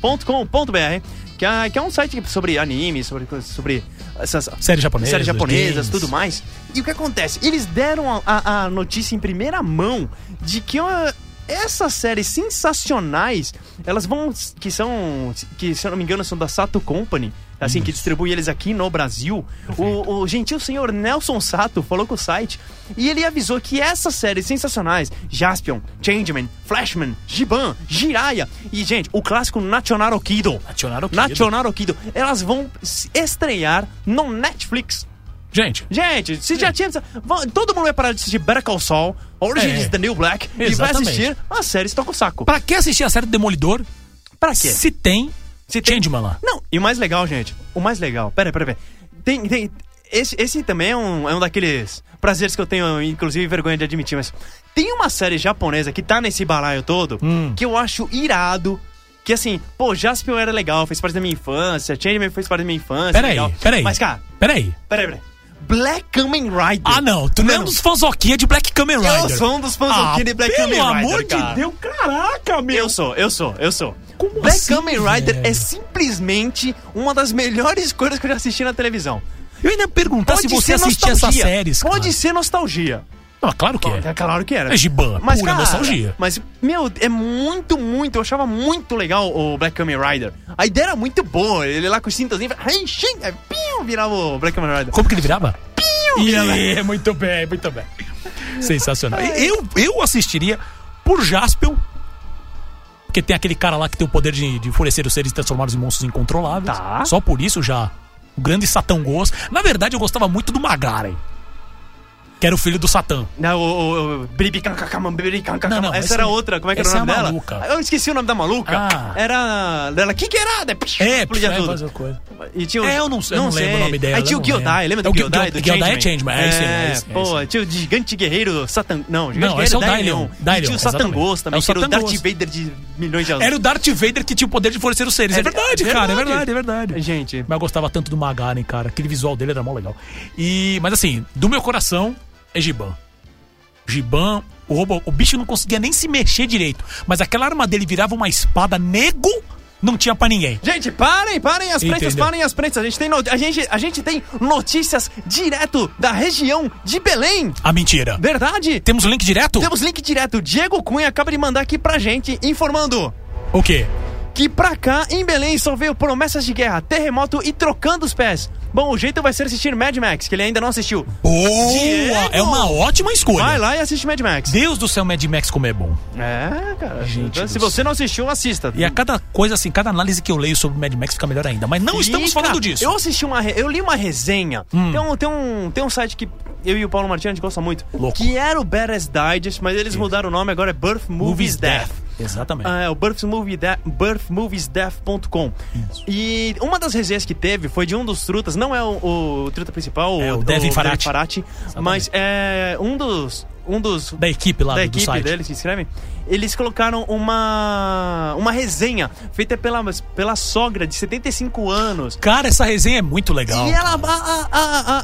A: jbox.com.br, que é, que é um site sobre anime, sobre, coisas- sobre essas
E: Séries japonesas,
A: séries japonesas
E: games.
A: tudo mais. E o que acontece? Eles deram a, a- a notícia em primeira mão de que ah, essas séries sensacionais, elas vão. que são. que se eu não me engano são da Sato Company. Assim, que distribui eles aqui no Brasil. O, o gentil senhor Nelson Sato falou com o site e ele avisou que essas séries sensacionais, Jaspion, Changeman, Flashman, Giban, Jiraya e, gente, o clássico Nationaro Kido.
E: Nationaro Kido.
A: Nationaro Kido. Elas vão se estrear no Netflix.
E: Gente,
A: Gente, se
E: É.
A: já tinha. vão- Todo mundo vai parar de assistir Better Call Saul, Origins
E: É.
A: is the New Black, e vai
E: Exatamente.
A: assistir a série Estoca o Saco.
E: pra que assistir a série do Demolidor?
A: Pra quê?
E: Se tem,
A: Se tem-
E: Changeman lá.
A: Não, e o mais legal, gente, o mais legal. Pera, pera, pera. Tem. tem esse, esse também é um, é um daqueles prazeres que eu tenho, inclusive, vergonha de admitir, mas tem uma série japonesa que tá nesse balaio todo
E: Hum.
A: que eu acho irado. Que assim, pô, Jaspion era legal, fez parte da minha infância, Changeman fez parte da minha infância.
E: Peraí,
A: legal.
E: peraí.
A: Mas, cara,
E: Peraí.
A: peraí, peraí. Black Kamen Rider.
E: Ah, não. Tu não é um
A: Mano,
E: dos fanzoquinha de Black Kamen Rider.
A: Eu sou um dos fãs
E: ah,
A: aqui de Black
E: pelo
A: Kamen Rider.
E: amor
A: cara.
E: de Deus, caraca, meu.
A: Eu sou, eu sou, eu sou.
E: Como
A: Black
E: assim,
A: Kamen Rider
E: velho?
A: é simplesmente uma das melhores coisas que eu já assisti na televisão. Então,
E: Eu ainda ia perguntar se você assistia essas
A: nostalgia.
E: séries.
A: Pode
E: cara.
A: ser nostalgia.
E: Ah, claro que
A: É
E: é.
A: claro que era.
E: É Giban,
A: mas,
E: pura
A: cara,
E: nostalgia.
A: Mas, meu, é muito, muito. Eu achava muito legal o Black Kamen Rider. A ideia era muito boa. Ele lá com os cintos, aí, xing, aí, piu, virava o Black Kamen Rider.
E: Como que ele virava?
A: virava.
E: Ih, muito bem, muito bem. Sensacional. Eu, eu assistiria por Jaspion. Porque tem aquele cara lá que tem o poder de, de enfurecer os seres e transformá-los em monstros incontroláveis.
A: Tá.
E: Só por isso já. O grande Satã Goz. Na verdade, eu gostava muito do Magaren. Que era o filho do Satã.
A: Não, o- o- o Bribicacacamam, Bribicacacamam.
E: Não, não,
A: Essa
E: essa
A: era
E: não.
A: outra, como é que era o
E: Essa
A: nome
E: é a
A: dela?
E: maluca.
A: Eu esqueci o nome da maluca.
E: Ah.
A: Era dela, que que era?
E: É,
A: explodia
E: é,
A: tudo.
E: fazer coisa.
A: E tinha o-
E: É, eu não sei- eu não lembro o nome dela,
A: Aí tinha
E: eu
A: o
E: não
A: Giodai,
E: lembro.
A: lembra do
E: É o Gil-
A: Giodai? Do
E: Gildai é
A: Changeman?
E: Changeman, é esse aí, é esse aí, é esse
A: Pô,
E: aí.
A: tinha o gigante guerreiro Satan... Não, o gigante
E: Não,
A: guerreiro
E: esse é o Dailion.
A: E
E: Dailion,
A: tinha o Satan
E: exatamente.
A: Ghost também,
E: É o
A: que era o
E: Satan
A: Darth
E: Ghost.
A: Vader de milhões de anos.
E: Era o Darth Vader que tinha o poder de enfurecer os seres. É,
A: É
E: verdade,
A: verdade,
E: cara. É
A: verdade.
E: verdade, é verdade.
A: Gente,
E: Mas eu gostava tanto do Magaren, cara. Aquele visual dele era mó legal. E, mas assim, do meu coração é Giban. Giban, o robô, o bicho não conseguia nem se mexer direito. Mas aquela arma dele virava uma espada nego, não tinha pra ninguém.
A: Gente, parem, parem as prensas,
E: Entendeu.
A: parem as prensas. A gente, tem no- a, gente, a gente tem notícias direto da região de Belém.
E: Ah, mentira.
A: Verdade?
E: Temos o link direto?
A: Temos link direto. Diego Cunha acaba de mandar aqui pra gente, informando
E: O quê?
A: que pra cá, em Belém, só veio promessas de guerra, terremoto e trocando os pés. Bom, o jeito vai ser assistir Mad Max, que ele ainda não assistiu.
E: Boa!
A: Diego!
E: É uma ótima escolha.
A: Vai lá e assiste Mad Max.
E: Deus do céu, Mad Max como é bom.
A: É, cara.
E: Gente
A: então,
E: do
A: se você não assistiu, assista.
E: E a cada coisa assim, cada análise que eu leio sobre Mad Max fica melhor ainda. Mas não estamos
A: E, cara,
E: falando disso. Hum.
A: Eu assisti uma. re- Eu li uma resenha. Tem, um, tem, um, tem um site que eu e o Paulo Martins a gente gosta muito.
E: Louco.
A: Que era o Badass Digest, mas eles mudaram o nome, agora é Birth Movies Death.
E: Exatamente.
A: Ah, é o Birth Movie Death- birthmoviesdeath.com.
E: Isso.
A: E uma das resenhas que teve foi de um dos trutas, não é o, o truta principal,
E: É, o Devin Farati.
A: Farati, mas é um dos um dos
E: Da equipe lá
A: da
E: do, do
A: equipe
E: site.
A: deles que escreve, eles colocaram uma uma resenha feita pela, pela sogra de 75 anos.
E: Cara, essa resenha é muito legal.
A: E ela, a, a,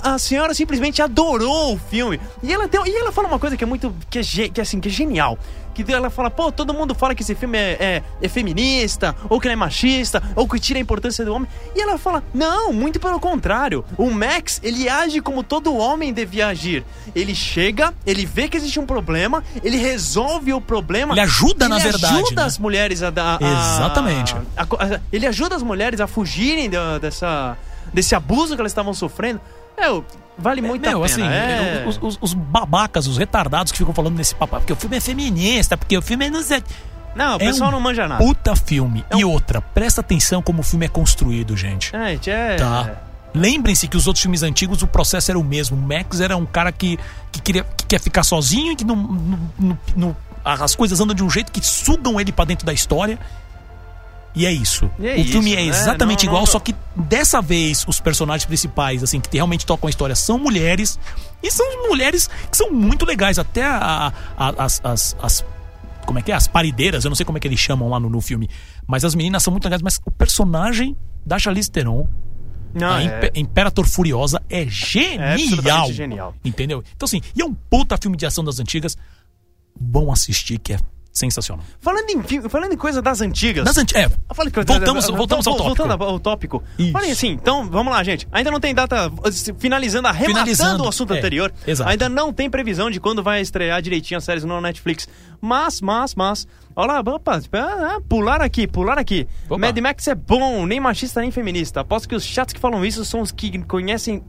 A: a, a- a senhora simplesmente adorou o filme. E ela, tem, e ela fala uma coisa que é muito. que é, ge- que é assim, que é genial. Que ela fala, pô, todo mundo fala que esse filme é, é, é feminista, ou que ele é machista, ou que tira a importância do homem. E ela fala, não, muito pelo contrário. O Max, ele age como todo homem devia agir. Ele chega, ele vê que existe um problema, ele resolve o problema.
E: Ele ajuda, na verdade,
A: Ele ajuda
E: né?
A: as mulheres a, dar a-
E: Exatamente.
A: a co- a- ele ajuda as mulheres a fugirem da- dessa, desse abuso que elas estavam sofrendo. É, o- vale muito a
E: Meu,
A: pena.
E: assim,
A: é.
E: os, os- os babacas, os retardados que ficam falando nesse papo, porque o filme é feminista, porque o filme é. não sei-
A: não, o
E: é
A: pessoal
E: um
A: não manja nada.
E: Puta filme. E
A: um
E: outra, presta atenção como o filme é construído, gente.
A: É, gente, é-
E: Tá. Lembrem-se que os outros filmes antigos o processo era o mesmo. O Max era um cara que, que, queria, que quer ficar sozinho e que não, não- não- não- as coisas andam de um jeito que sugam ele pra dentro da história. E é isso.
A: E é
E: o filme
A: isso,
E: é
A: né?
E: exatamente
A: Não-
E: igual,
A: não-
E: só que dessa vez os personagens principais, assim, que realmente tocam a história, são mulheres. E são mulheres que são muito legais. Até a- a- as- as- as como é que é? As parideiras, eu não sei como é que eles chamam lá no, no filme. Mas as meninas são muito legais, mas o personagem da Charlize Theron,
A: Não,
E: a
A: é.
E: Impe- Imperator Furiosa, é genial.
A: absolutamente genial.
E: Entendeu? Então, assim, e é um puta filme de ação das antigas. Vão assistir, que é sensacional.
A: Falando, em, fi- falando em coisa das antigas.
E: Das anti- é,
A: Eu falei que-
E: Voltamos-
A: eu- eu-
E: voltamos ao tópico.
A: Voltando ao tópico.
E: Isso.
A: Falei assim, então vamos lá, gente. Ainda não tem data, finalizando, arrematando
E: Finalizando,
A: o assunto
E: é,
A: anterior.
E: exato.
A: Ainda não tem previsão de quando vai estrear direitinho as séries no Netflix. Mas, mas, mas. Olha lá, opa, ah, ah, pular aqui, pular aqui.
E: Opa.
A: Mad Max é bom, nem machista nem feminista. Aposto que os chatos que falam isso são os que conhecem.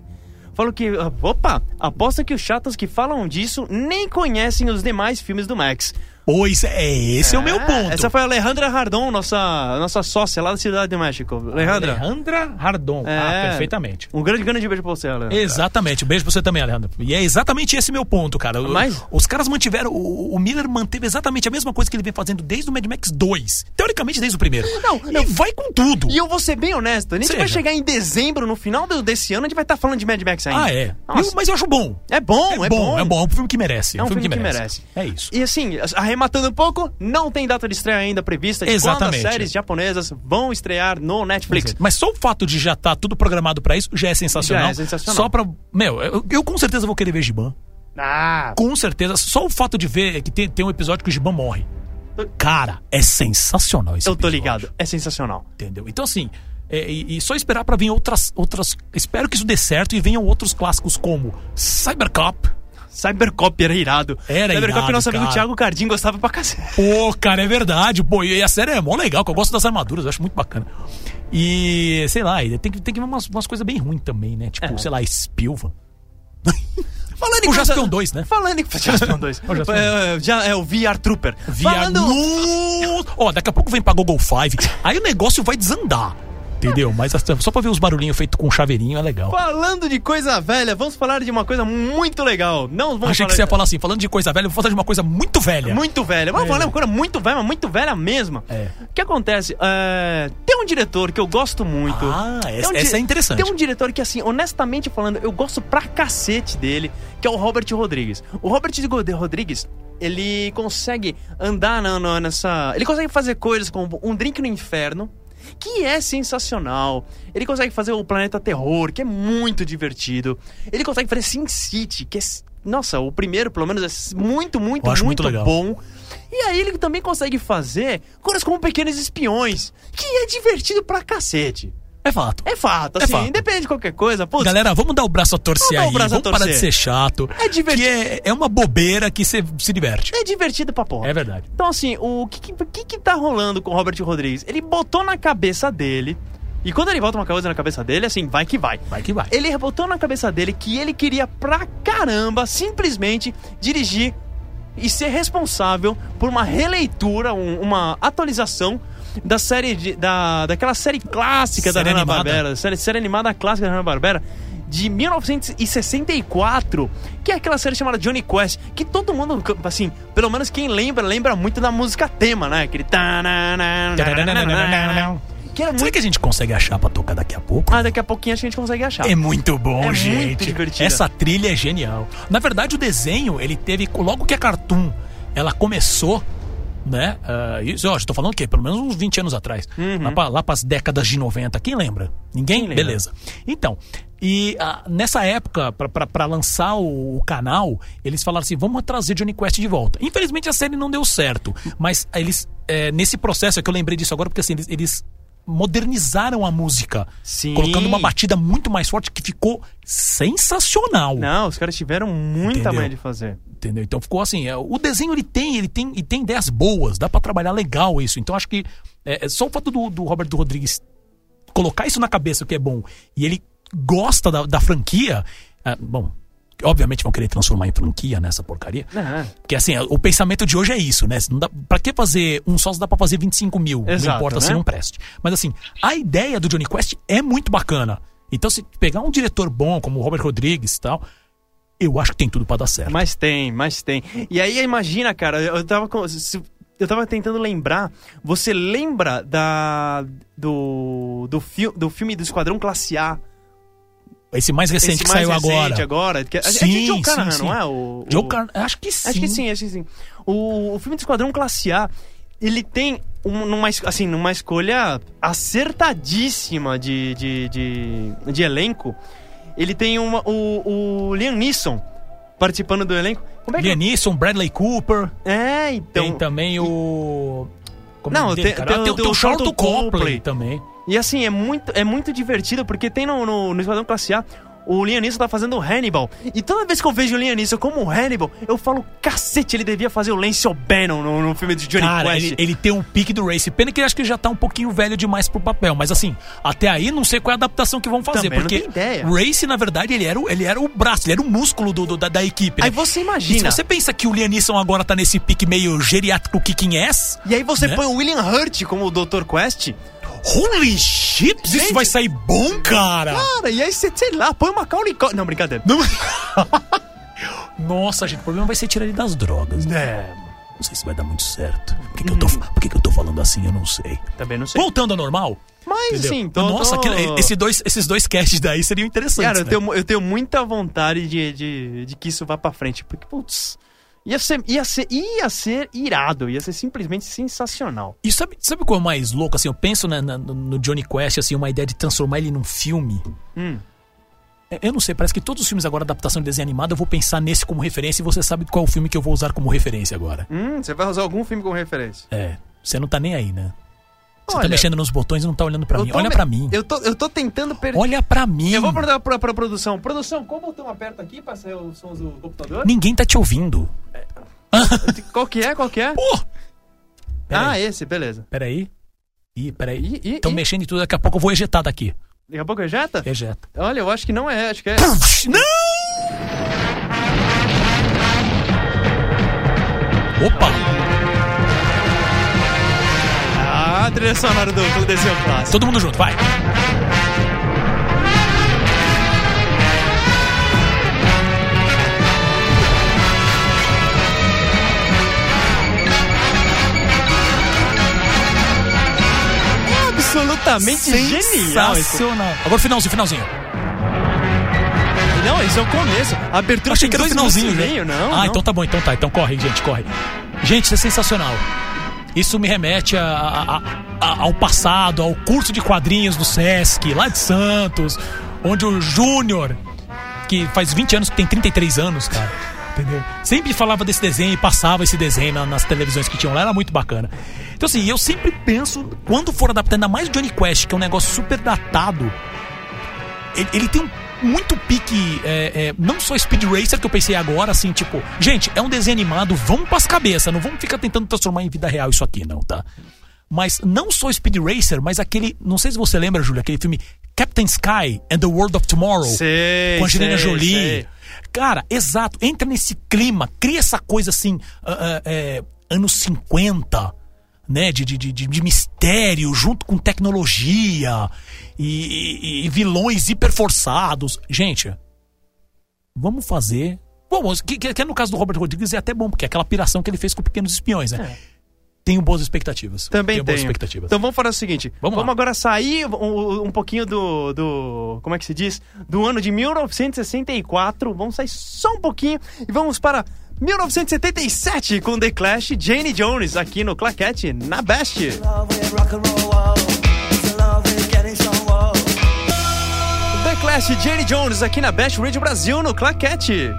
A: Falam que. ah, Opa! Aposto que os chatos que falam disso nem conhecem os demais filmes do Max.
E: Pois é, esse é, o meu ponto.
A: Essa foi a Alejandra Hardon, nossa, nossa sócia lá da Cidade do México. Alejandra,
E: Alejandra Hardon. Ah,
A: É.
E: perfeitamente.
A: um grande, grande beijo pra você, Alejandra.
E: Exatamente. Beijo pra você também, Alejandro. E é exatamente esse meu ponto, cara. O-
A: Mas-
E: Os caras mantiveram. O, o Miller manteve exatamente a mesma coisa que ele vem fazendo desde o Mad Max 2. Teoricamente, desde o primeiro.
A: Não,
E: e
A: não.
E: vai com tudo.
A: E eu vou ser bem honesto, a gente
E: Seja.
A: vai chegar em dezembro, no final do- desse ano, a gente vai estar falando de Mad Max ainda.
E: Ah, é.
A: Nossa,
E: Eu- mas eu acho bom.
A: É bom, é, bom.
E: é bom. É um filme que merece.
A: É um filme que merece.
E: É isso.
A: E assim, arrematando um pouco, não tem data de estreia ainda prevista de quando as
E: Exatamente.
A: séries japonesas vão estrear no Netflix.
E: Mas só o fato de já estar tudo programado pra isso já é sensacional.
A: Já é sensacional.
E: Só pra. Meu, eu, eu com certeza vou querer ver Giban.
A: Ah,
E: Com certeza. Só o fato de ver que tem, tem um episódio que o Giban morre. Cara, é sensacional esse
A: eu tô
E: episódio.
A: ligado, é sensacional.
E: Entendeu? Então, assim, é, e, e só esperar pra vir outras, outras. Espero que isso dê certo e venham outros clássicos como Cybercop.
A: Cybercop era irado.
E: Era
A: Cybercop,
E: irado,
A: nosso amigo
E: cara.
A: Thiago Cardim gostava pra cacete.
E: Pô, cara, é verdade. Pô, e a série é mó legal, que eu gosto das armaduras, eu acho muito bacana. E, sei lá, e tem que, tem que ver umas, umas coisas bem ruins também, né? Tipo,
A: É.
E: sei lá, Spilvan.
A: Falando
E: O
A: coisa-
E: Jaspion 2, né?
A: Falando em Jaspion 2.
E: O Jaspion
A: É, é, já é o VR Trooper.
E: Via
A: Falando...
E: nu- Ó, daqui a pouco vem pra Google Five. Aí o negócio vai desandar. Entendeu? Mas assim, só pra ver os barulhinhos feitos com chaveirinho é legal.
A: Falando de coisa velha, vamos falar de uma coisa muito legal. Não vamos
E: Achei
A: falar
E: que você ia falar assim, falando de coisa velha, eu vou falar de uma coisa muito velha.
A: é muito velha. Vamos falar de uma coisa muito velha, mas muito velha mesmo.
E: É.
A: O que acontece? É, Tem um diretor que eu gosto muito.
E: Ah,
A: Tem
E: essa-
A: di-
E: essa é interessante.
A: Tem um diretor que, assim, honestamente falando, eu gosto pra cacete dele, que é o Robert Rodrigues. O Robert God- Rodrigues, ele consegue andar na, na- nessa. Ele consegue fazer coisas como Um Drink no Inferno. Que é sensacional. Ele consegue fazer o Planeta Terror, que é muito divertido. Ele consegue fazer Sin City, que é. s- Nossa, o primeiro, pelo menos, é muito, muito,
E: Eu acho
A: muito,
E: muito legal.
A: bom. E aí ele também consegue fazer coisas como Pequenos Espiões, que é divertido pra cacete.
E: É fato.
A: É fato,
E: É
A: assim,
E: fato.
A: independente de qualquer coisa, putz,
E: Galera, vamos dar o braço a
A: Vamos
E: torcer
A: dar o
E: aí.
A: braço a
E: vamos parar
A: torcer.
E: de ser chato.
A: É divertido.
E: Que é, é uma bobeira que você se diverte.
A: é divertido pra porra.
E: É verdade.
A: Então, assim, o que, que, que que tá rolando com o Robert Rodrigues? Ele botou na cabeça dele, e quando ele volta uma coisa na cabeça dele, assim, vai que vai.
E: Vai que vai.
A: Ele botou na cabeça dele que ele queria pra caramba, simplesmente, dirigir e ser responsável por uma releitura, um- uma atualização da série de- da, daquela série clássica
E: Série
A: da Hanna
E: animada.
A: Barbera, série, série animada clássica da Hanna Barbera de 1964, que é aquela série chamada Johnny Quest, que todo mundo assim, pelo menos quem lembra, lembra muito da tá, música tema, né? Aquele tananana, que era
E: Será
A: é muito
E: que a gente consegue achar pra toca daqui a pouco.
A: Ah, daqui a pouquinho acho que a gente consegue achar.
E: É muito bom,
A: É muito
E: gente.
A: divertida.
E: Essa trilha é genial. Na verdade, o desenho, ele teve. Logo que a Cartoon ela começou, né? ah, isso, ó, estou falando o quê? Pelo menos uns 20 anos atrás. Lá, pra, lá pras décadas de 90. Quem lembra? Ninguém?
A: Uhum. Quem lembra?
E: Beleza. Então. E ah, nessa época, pra- pra pra lançar o, o canal, eles falaram assim: vamos trazer Johnny Quest de volta. Infelizmente a série não deu certo, mas eles, eh, nesse processo, é que eu lembrei disso agora, porque assim, eles, eles modernizaram a música,
A: Sim.
E: colocando uma batida muito mais forte que ficou sensacional.
A: Não, os caras tiveram muita
E: Entendeu?
A: manha de fazer.
E: Entendeu? Então ficou assim, é, o desenho ele tem, ele tem, e tem ideias boas, dá pra trabalhar legal isso. Então acho que é, é só o fato do, do Roberto Rodrigues colocar isso na cabeça que é bom e ele gosta da, da franquia, é, bom, obviamente vão querer transformar em franquia nessa porcaria.
A: Ah,
E: Porque assim, o pensamento de hoje é isso, né? Não dá, pra que fazer um só se dá pra fazer 25 mil? não
A: Exato,
E: importa
A: né?
E: se não preste. Mas assim, a ideia do Johnny Quest é muito bacana. Então, se pegar um diretor bom, como o Robert Rodrigues e tal, eu acho que tem tudo pra dar certo.
A: Mas tem, mas tem. E aí imagina, cara, eu tava com- se- eu tava tentando lembrar. Você lembra da do do, fi, do filme do Esquadrão Classe A?
E: Esse mais recente
A: esse
E: que
A: mais
E: saiu
A: recente
E: agora.
A: agora. que- é de
E: Sim,
A: Joe Carnahan,
E: sim,
A: não
E: sim.
A: é? O, o-
E: Joe Car- Acho que sim.
A: Acho que sim, acho que sim. O, o filme do Esquadrão Classe A, ele tem um- numa, es- assim, numa escolha acertadíssima de, de, de, de elenco. Ele tem uma, o, o Liam Neeson participando do elenco. Como é que
E: Liam Neeson, Bradley Cooper,
A: é? Então.
E: tem também o. Como
A: Não,
E: é o nome dele,
A: tem- tem
E: cara? Ah,
A: o-
E: tem,
A: tem o
E: o Charlton
A: Charlton
E: Copley
A: Copley.
E: também.
A: E assim, é muito, é muito divertido, porque tem no, no, no Esquadrão Classe A, o Liam Neeson tá fazendo o Hannibal. E toda vez que eu vejo o Liam Neeson como o Hannibal, eu falo, cacete, ele devia fazer o Lance O'Bannon no, no filme de Johnny
E: Cara,
A: Quest.
E: ele, ele tem um pique do Race. Pena que eu acho que ele já tá um pouquinho velho demais pro papel. Mas assim, até aí não sei qual é a adaptação que vão fazer.
A: Também não
E: porque
A: tenho ideia.
E: o Race, na verdade, ele era, o- ele era o braço, ele era o músculo do, do- da, da equipe. né?
A: Aí você
E: E se
A: imagina.
E: você pensa que o Lianisson agora tá nesse pique meio geriátrico kicking ass,
A: E aí você
E: né?
A: põe o William Hurt como o Dr. Quest.
E: holy shit, isso
A: Gente.
E: vai sair bom, cara!
A: Cara, e aí você, sei lá, põe uma Macaulay Culkin- Não, brincadeira.
E: Não- Nossa, gente, o problema vai ser tirar ele das drogas.
A: É,
E: né? Não sei se vai dar muito certo. Por que, que eu, tô,
A: Hum.
E: por que, que eu tô falando assim? Eu não sei.
A: Também não sei.
E: Voltando ao normal.
A: Mas
E: entendeu?
A: assim, tô,
E: Nossa,
A: tô...
E: aquele- esse dois, esses dois casts daí seriam interessantes.
A: Cara, eu
E: né?
A: tenho, eu tenho muita vontade de, de, de que isso vá pra frente. Porque, putz, ia ser, ia, ser, ia ser irado, ia ser simplesmente sensacional.
E: E sabe, sabe qual é o mais louco? Assim, eu penso na- na- no Johnny Quest, assim, uma ideia de transformar ele num filme.
A: Hum.
E: É, Eu não sei, parece que todos os filmes agora, adaptação de desenho animado, eu vou pensar nesse como referência e você sabe qual é o filme que eu vou usar como referência agora.
A: Hum, você vai usar algum filme como referência?
E: É, você não tá nem aí, né? Você tá
A: Olha,
E: mexendo nos botões e não tá olhando pra
A: eu
E: mim.
A: tô
E: Olha
A: me-
E: pra mim.
A: Eu tô, eu tô tentando perder.
E: Olha pra mim.
A: Eu vou perguntar pra, pra produção. Produção, qual botão aperta aqui pra sair os sons do computador?
E: Ninguém tá te ouvindo.
A: Qual que é? Qual que é?
E: Pô!
A: Ah,
E: Peraí. Então
A: esse, beleza.
E: Peraí. Ih, peraí.
A: Ih, ih,
E: Estão
A: ih.
E: mexendo em tudo, daqui a pouco eu vou ejetar daqui.
A: Daqui a pouco ejeta?
E: Ejeta.
A: Olha, eu acho que não é, acho que é.
E: Não! Opa!
A: Ah, a trilha sonora do, do desenho clássico.
E: Todo mundo junto, vai!
A: Absolutamente genial. Esse...
E: Sensacional! Agora finalzinho, finalzinho.
A: Não, esse é o começo. A abertura
E: Achei
A: tem
E: que era o
A: dois
E: finalzinho,
A: minutos e
E: né?
A: meio, não.
E: Ah,
A: não.
E: então tá bom, então tá. Então corre, gente, corre. Gente, isso é sensacional. Isso me remete a- a- a- a- ao passado, ao curso de quadrinhos do Sesc, lá de Santos, onde o Júnior, que faz 20 anos que tem 33 anos, cara, entendeu? Sempre falava desse desenho e passava esse desenho na- nas televisões que tinham lá, era muito bacana. Então, assim, eu sempre penso, quando for adaptando, ainda mais Johnny Quest, que é um negócio super datado, ele, ele tem um- muito pique, é, é, não só Speed Racer, que eu pensei agora, assim, tipo, gente, é um desenho animado, vamos pras cabeças, não vamos ficar tentando transformar em vida real isso aqui, não, tá? Mas não só Speed Racer, mas aquele, não sei se você lembra, Júlio, aquele filme Captain Sky and the World of Tomorrow,
A: Sei,
E: com a Angelina
A: sei,
E: Jolie.
A: sei.
E: Cara, exato, entra nesse clima, cria essa coisa assim, ah, ah, é, anos 50, né? De, de, de, de mistério, junto com tecnologia e, e- e vilões hiperforçados. Gente, vamos fazer. Bom, mas que, que, que no caso do Robert Rodrigues é até bom, porque é aquela piração que ele fez com Pequenos Espiões, né? tenho boas expectativas.
A: Também
E: tenho.
A: tenho.
E: boas expectativas.
A: Então vamos fazer o seguinte.
E: Vamos
A: Vamos,
E: lá.
A: agora sair um, um pouquinho do, do... Como é que se diz? Do ano de 1964. Vamos sair só um pouquinho e vamos para 1977 com The Clash Jane Jones aqui no Claquete, na Best.
C: love with rock and roll. whoa. It's a love with getting so old.
A: The Clash Jane Jones aqui na Best Radio Brasil no Claquete.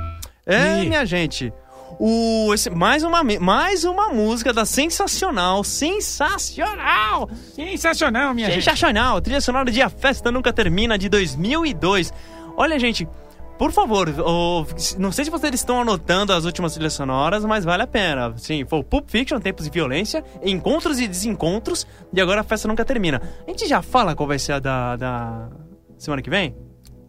A: É,
E: E-
A: minha gente. O, esse- mais, uma, me- mais uma música da sensacional, sensacional
E: Sensacional, minha
A: Sensacional, trilha sonora de A Festa Nunca Termina de 2002. Olha, gente, por favor, ô, não sei se vocês estão anotando as últimas trilhas sonoras, mas vale a pena. Sim, foi o Pulp Fiction, Tempos de Violência, Encontros e Desencontros, e agora A Festa Nunca Termina. A gente já fala qual vai ser a da, da semana que vem?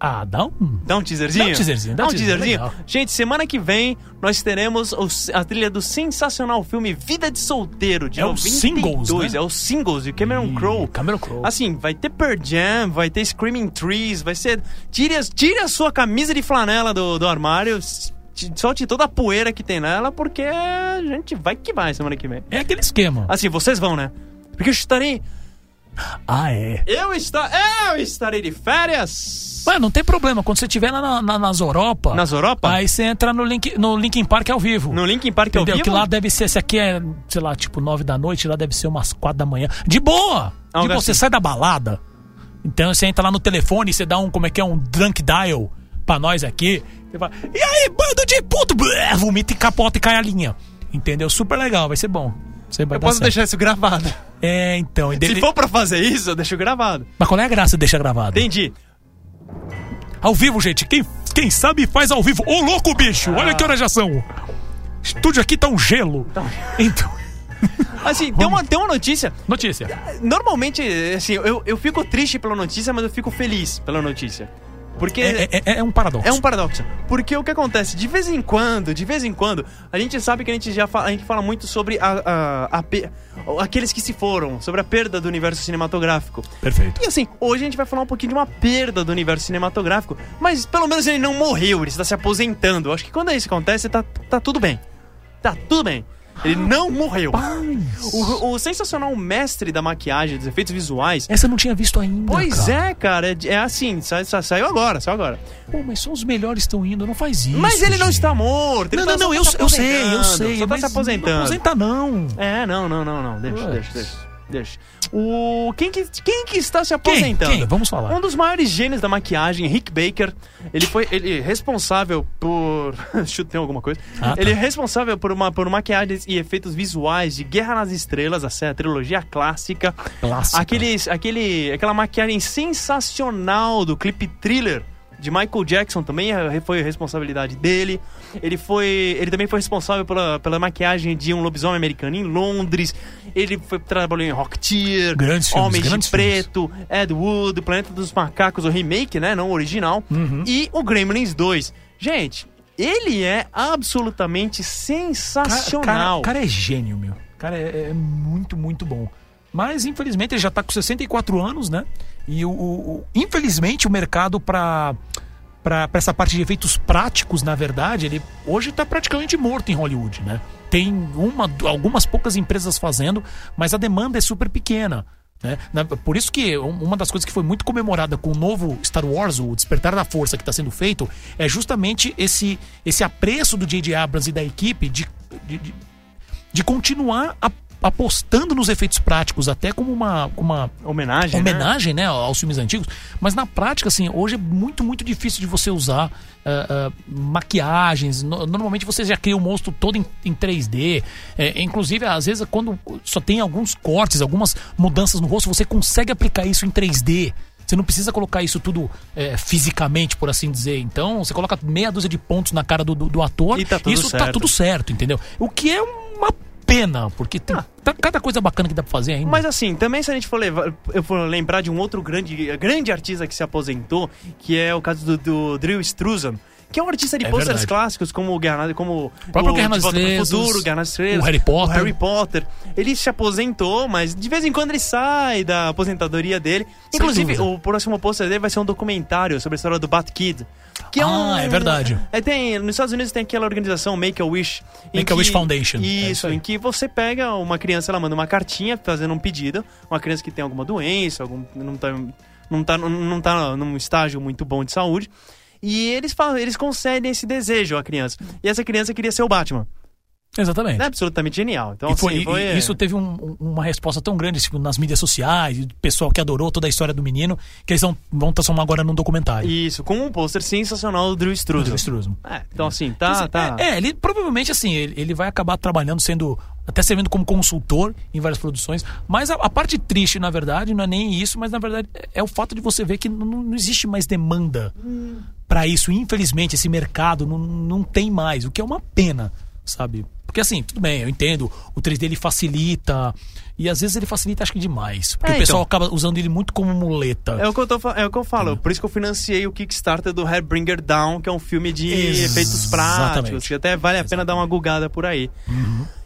E: Ah, dá um.
A: Dá um teaserzinho?
E: Dá um teaserzinho, dá
A: dá
E: um
A: um
E: teaser,
A: teaserzinho.
E: legal.
A: Gente, semana que vem nós teremos o- a trilha do sensacional filme Vida de Solteiro, de
E: É o
A: 92.
E: singles, né?
A: É o singles de Cameron
E: Ih,
A: Crowe.
E: Cameron Crowe.
A: Assim, vai ter Pearl Jam, vai ter Screaming Trees, vai ser... Tire, as- tire a sua camisa de flanela do, do armário, s- t- solte toda a poeira que tem nela, porque a gente vai que vai semana que vem.
E: É aquele esquema.
A: Assim, vocês vão, né? Porque eu estarei...
E: Ah, é.
A: Eu, esta, eu estarei de férias!
E: Mas não tem problema, quando você estiver lá na- na- nas Europa.
A: Nas Europa?
E: Aí você entra no, link, no Linkin Park ao vivo.
A: No Linkin Park ao
E: Entendeu?
A: vivo?
E: Que lá deve ser, se aqui é, sei lá, tipo 9 da noite, lá deve ser umas 4 da manhã. De boa!
A: Ah, um
E: De boa,
A: gatinho.
E: você sai da balada. Então você entra lá no telefone, você dá um, como é que é, um drunk dial pra nós aqui. Você fala, e aí, bando de puto! Blé, Vomita e capota e cai a linha. Entendeu? Super legal, vai ser bom. Você vai
A: Eu
E: dar
A: posso
E: certo.
A: deixar isso gravado.
E: É, então. e dele-
A: Se for pra fazer isso, eu deixo gravado.
E: Mas qual é a graça de deixar gravado?
A: Entendi.
E: Ao vivo, gente. Quem, quem sabe faz ao vivo. Ô, louco, bicho! Olha que horas já são. Estúdio aqui tá um gelo. Então,
A: Assim, tem uma, tem uma notícia.
E: notícia.
A: Normalmente, assim, eu, eu fico triste pela notícia, mas eu fico feliz pela notícia. Porque
E: É, é- é- é um paradoxo.
A: É um paradoxo. Porque o que acontece? De vez em quando, de vez em quando, a gente sabe que a gente já fala, a gente fala muito sobre a, a- a pe- aqueles que se foram, sobre a perda do universo cinematográfico.
E: Perfeito.
A: E assim, hoje a gente vai falar um pouquinho de uma perda do universo cinematográfico, mas pelo menos ele não morreu, ele está se aposentando. Eu Acho que quando isso acontece, tá, tá tudo bem. Tá tudo bem. Ele não morreu. O, o sensacional mestre da maquiagem, dos efeitos visuais.
E: Essa eu É, não tinha visto ainda.
A: Pois
E: cara.
A: é, cara, é, é assim, sa- sa- saiu agora, saiu agora.
E: Pô, mas só os melhores estão indo, é. não faz isso.
A: Mas ele não
E: gente.
A: está morto. ele
E: Não,
A: tá
E: não,
A: só
E: não, eu,
A: se
E: eu sei, eu
A: aposentando,
E: sei.
A: Só tá
E: mas
A: se aposentando.
E: Não aposenta, não.
A: É, não, não, não, não. Deixa,
E: Putz.
A: deixa, deixa. Deixa. O, quem, que, quem que está se
E: Quem?
A: aposentando?
E: Quem? Vamos falar.
A: Um dos maiores gênios da maquiagem, Rick Baker. Ele foi ele é responsável por. Chutei alguma coisa.
E: Ah, tá.
A: Ele é responsável por, uma, por maquiagens e efeitos visuais de Guerra nas Estrelas, a, sé- a trilogia clássica.
E: Clássica.
A: Aqueles, aquele, aquela maquiagem sensacional do clipe thriller. De Michael Jackson também é- foi a responsabilidade dele. Ele foi, ele também foi responsável pela, pela maquiagem de um lobisomem americano em Londres. Ele foi, trabalhou em Rocketeer,
E: Grandes filmes,
A: Homens
E: grandes
A: de Preto, Ed Wood, Planeta dos Macacos, o remake, né, não o original,
E: Uhum.
A: e o Gremlins 2. Gente, ele é absolutamente
E: Cara, cara,
A: sensacional.
E: o cara é gênio, meu. O cara é, é muito, muito bom. Mas, infelizmente, ele já tá com 64 anos, né? E o, o- o- infelizmente, o mercado pra, pra, pra essa parte de efeitos práticos, na verdade, ele hoje tá praticamente morto em Hollywood, né? Tem uma, du- algumas poucas empresas fazendo, mas a demanda é super pequena. Né? Na- Por isso que um- uma das coisas que foi muito comemorada com o novo Star Wars, o Despertar da Força que está sendo feito, é justamente esse, esse apreço do J.J. Abrams e da equipe de- de- de de continuar a- apostando nos efeitos práticos, até como uma, como uma
A: Homenagem, né?
E: homenagem né, aos filmes antigos. Mas na prática, assim, hoje é muito, muito difícil de você usar ah, ah, maquiagens. No- normalmente você já cria o monstro todo em, em 3D. É, inclusive, às vezes, quando só tem alguns cortes, algumas mudanças no rosto, você consegue aplicar isso em 3D. Você não precisa colocar isso tudo eh, fisicamente, por assim dizer. Então, você coloca meia dúzia de pontos na cara do, do- do ator.
A: E tá tudo
E: isso tá
A: certo.
E: tudo certo, entendeu? O que é uma pena, porque tem tá- cada coisa bacana que dá pra fazer ainda.
A: Ah. Mas assim, também se a gente for, levar, eu for lembrar de um outro grande, grande artista que se aposentou, que é o caso do, do Drew Struzan, que é um artista de
E: É
A: posters
E: verdade.
A: clássicos, como o Guerra, como
E: próprio
A: o
E: Guerra
A: De
E: nas
A: Volta pro
E: Estrelas,
A: Futuro, Guerra nas Estrelas,
E: o Harry Potter.
A: o Harry Potter. Ele se aposentou, mas de vez em quando ele sai da aposentadoria dele.
E: Sem
A: Inclusive,
E: dúvida.
A: o próximo poster dele vai ser um documentário sobre a história do Bat Kid. Que é um,
E: Ah, é verdade.
A: É, tem, nos Estados Unidos tem aquela organização Make-A-Wish. em
E: Make-A-Wish
A: que-
E: Foundation, é
A: Isso,
E: isso aí.
A: em que você pega uma criança, ela manda uma cartinha fazendo um pedido. Uma criança que tem alguma doença, algum, não, tá, não, tá, não tá num estágio muito bom de saúde. E eles, falam, eles concedem esse desejo à criança. E essa criança queria ser o Batman.
E: Exatamente.
A: É absolutamente genial. Então,
E: E foi,
A: assim,
E: e-
A: foi-
E: e isso teve um- um- uma resposta tão grande tipo, nas mídias sociais, e o pessoal que adorou toda a história do menino, que eles vão, vão transformar agora num documentário.
A: Isso, com um pôster sensacional do Drew
E: Do
A: Struzan.
E: Struzan.
A: É, então assim, tá, tá.
E: É, é, ele provavelmente assim, ele, ele vai acabar trabalhando, sendo. até servindo como consultor em várias produções. Mas a, a parte triste, na verdade, não é nem isso, mas na verdade é- é o fato de você ver que não, não existe mais demanda pra isso. Infelizmente, esse mercado não, não tem mais, o que é uma pena, sabe? Porque assim, tudo bem, eu entendo, o 3D ele facilita. E às vezes ele facilita, acho que demais. Porque
A: É,
E: o pessoal
A: então.
E: acaba usando ele muito como muleta.
A: É o, que eu tô, fa- é o que eu falo, por isso que eu financiei o Kickstarter do Hairbringer Down, que é um filme de
E: Ex-
A: efeitos práticos,
E: exatamente. Uhum.
A: que até vale a pena dar uma gugada por aí.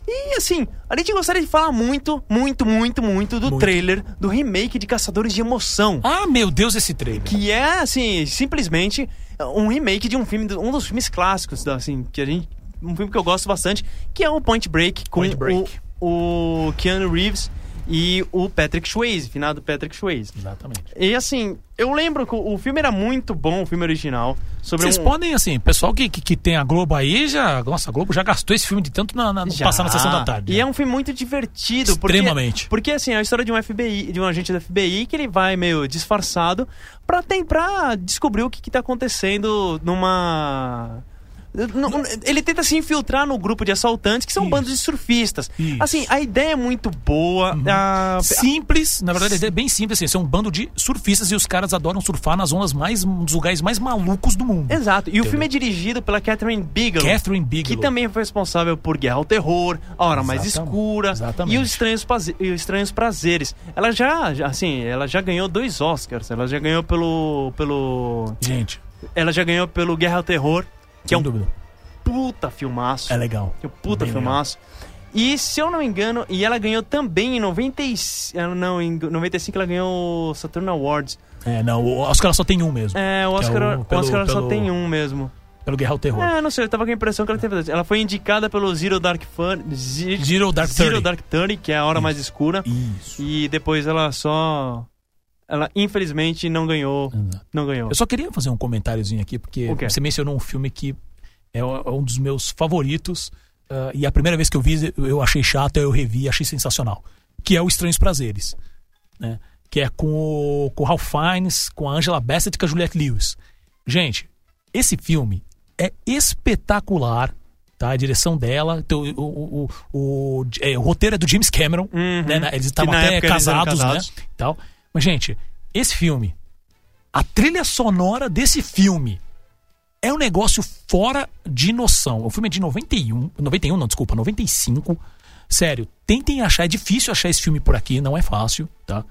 A: E assim, a gente gostaria de falar muito, muito, muito, muito do
E: Muito.
A: trailer do remake de Caçadores de Emoção.
E: Ah, meu Deus, esse trailer.
A: Que é, assim, simplesmente um remake de um filme, um dos filmes clássicos, da- assim, que a gente. Um filme que eu gosto bastante, que é o Point Break com
E: Point Break.
A: O, o Keanu Reeves e o Patrick Swayze, finado Patrick Swayze.
E: Exatamente.
A: E assim, eu lembro que o o filme era muito bom, o filme original. Sobre
E: Vocês
A: um...
E: podem, assim, pessoal que, que, que tem a Globo aí, já. Nossa, a Globo já gastou esse filme de tanto na, na-
A: Já.
E: passar na sessão da tarde.
A: E
E: né?
A: é um filme muito divertido. porque-
E: Extremamente.
A: Porque, assim, é a história de um FBI, de um agente da FBI que ele vai meio disfarçado pra tentar descobrir o que, que tá acontecendo numa. no- Ele tenta se infiltrar no grupo de assaltantes que são
E: Isso.
A: bandos de surfistas.
E: Isso. Uhum.
A: Assim, a ideia é muito boa. a-
E: Simples, na verdade, a ideia é bem simples, assim. São um bando de surfistas e os caras adoram surfar nas ondas mais. um dos lugares mais malucos do mundo.
A: Exato. E o filme é dirigido pela Catherine Bigelow.
E: Catherine
A: Que
E: Bigelow.
A: também foi responsável por Guerra ao Terror, A Hora Mais
E: Exatamente.
A: Escura
E: Exatamente.
A: e os Estranhos, Paze- e Os Estranhos Prazeres. Ela já, já- assim, ela já ganhou dois Oscars. Ela já ganhou pelo, pelo,
E: Gente,
A: ela já ganhou pelo Guerra ao Terror, que
E: sem
A: é um
E: dúvida.
A: puta filmaço.
E: É legal.
A: Que é um puta
E: Bem
A: filmaço. E se eu não me engano, e ela ganhou também em 95, ah, não, em 95 ela ganhou o Saturn Awards.
E: É, não, o Oscar só tem um mesmo.
A: É, o
E: Que é
A: Oscar,
E: o-
A: o
E: pelo-
A: Oscar só
E: pelo-
A: tem um mesmo.
E: Pelo Guerra ao Terror.
A: É, não sei, eu tava com a impressão que ela teve. Ela foi indicada pelo Zero Dark Fun. Ze-
E: Zero Dark
A: Zero
E: Thirty.
A: Dark Thirty, que é a hora mais escura.
E: Isso.
A: E depois ela só. Ela infelizmente não ganhou.
E: Exato.
A: Não ganhou.
E: Eu só queria fazer um comentáriozinho aqui, porque
A: O quê?
E: você mencionou um filme que é o- é um dos meus favoritos. ah, e a primeira vez que eu vi, eu achei chato, aí eu revi e achei sensacional. Que é o Estranhos Prazeres. Né? Que é com o, com o Ralph Fiennes, com a Angela Bassett e com a Juliette Lewis. Gente, esse filme é espetacular. Tá, a direção dela, então, o, o, o, o- é, o roteiro é do James Cameron,
A: Uhum.
E: né? Na- Eles
A: Que
E: estavam
A: na
E: até
A: época eles eram
E: casados,
A: casados.
E: né? e Tal. Mas, gente, esse filme a trilha sonora desse filme é um negócio fora de noção. O filme é de 91, 91 não, desculpa, 95. Sério, tentem achar, é difícil achar esse filme por aqui, não é fácil, tá?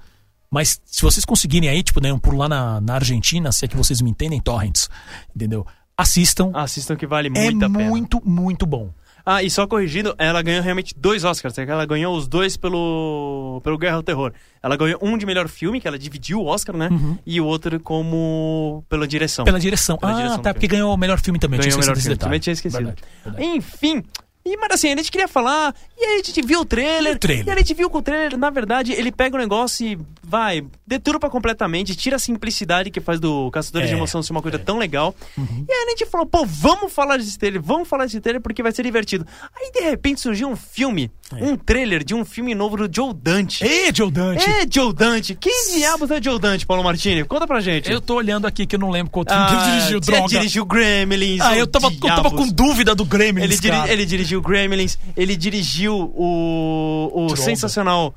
E: Mas se vocês conseguirem aí, tipo, né, um pulo lá na, na Argentina, se é que vocês me entendem, torrents, entendeu? Assistam,
A: Assistam que vale
E: é
A: muito a Ah, pena.
E: muito, muito bom.
A: Ah, e só corrigindo, ela ganhou realmente dois Oscars. é que Ela ganhou os dois pelo, pelo Guerra ao Terror. Ela ganhou um de melhor filme, que ela dividiu o Oscar, né? E o outro como. pela direção.
E: Uhum. Pela direção.
A: Pela
E: ah,
A: direção do
E: tá, porque ganhou o melhor filme também, eu tinha
A: Ganhou o
E: esquecido
A: melhor
E: desse
A: filme.
E: detalhe.
A: Também tinha esquecido.
E: Verdade, verdade.
A: Enfim. E, mas assim, a gente queria falar, e aí a gente viu o trailer,
E: E o trailer?
A: e a gente viu que o trailer, na verdade, ele pega o negócio e vai, deturpa completamente, tira a simplicidade que faz do Caçadores
E: É, Uhum.
A: de Emoção ser uma coisa tão legal. E aí a gente falou, pô, vamos falar desse trailer, vamos falar desse trailer porque vai ser divertido. Aí, de repente, surgiu um filme,
E: É.
A: um trailer de um filme novo do Joe Dante.
E: Ê, Joe Dante!
A: É, Joe Dante! Quem diabos é Joe Dante, Paulo Martini? Conta pra gente.
E: Eu tô olhando aqui que eu não lembro quanto
A: Ah,
E: que ele dirigiu,
A: já
E: droga.
A: dirigiu Gremlins.
E: Ah,
A: o
E: eu tava, eu tava
A: diabos.
E: com dúvida do Grêmio.
A: Ele, diri-
E: cara.
A: ele dirigiu Gremlins, ele dirigiu o, o
E: Droga.
A: sensacional.